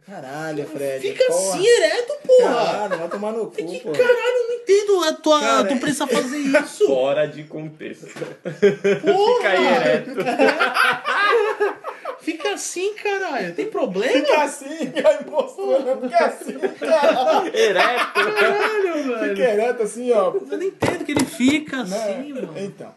C: Caralho, Fred.
B: Fica
C: porra.
B: assim ereto, porra.
C: Caralho, vai tomar no cu, pô.
B: Caralho, é- eu não entendo a tua.
C: Cara,
B: tu precisa fazer isso.
D: Fora de contexto.
B: Porra.
D: Fica aí, ereto.
B: Fica assim, caralho. Tem problema?
C: Fica assim, aí mostrando. Fica assim, cara.
D: Ereto.
B: Caralho, velho.
C: Fica ereto assim, ó. Né?
B: Eu não entendo que ele fica assim, mano.
C: Então.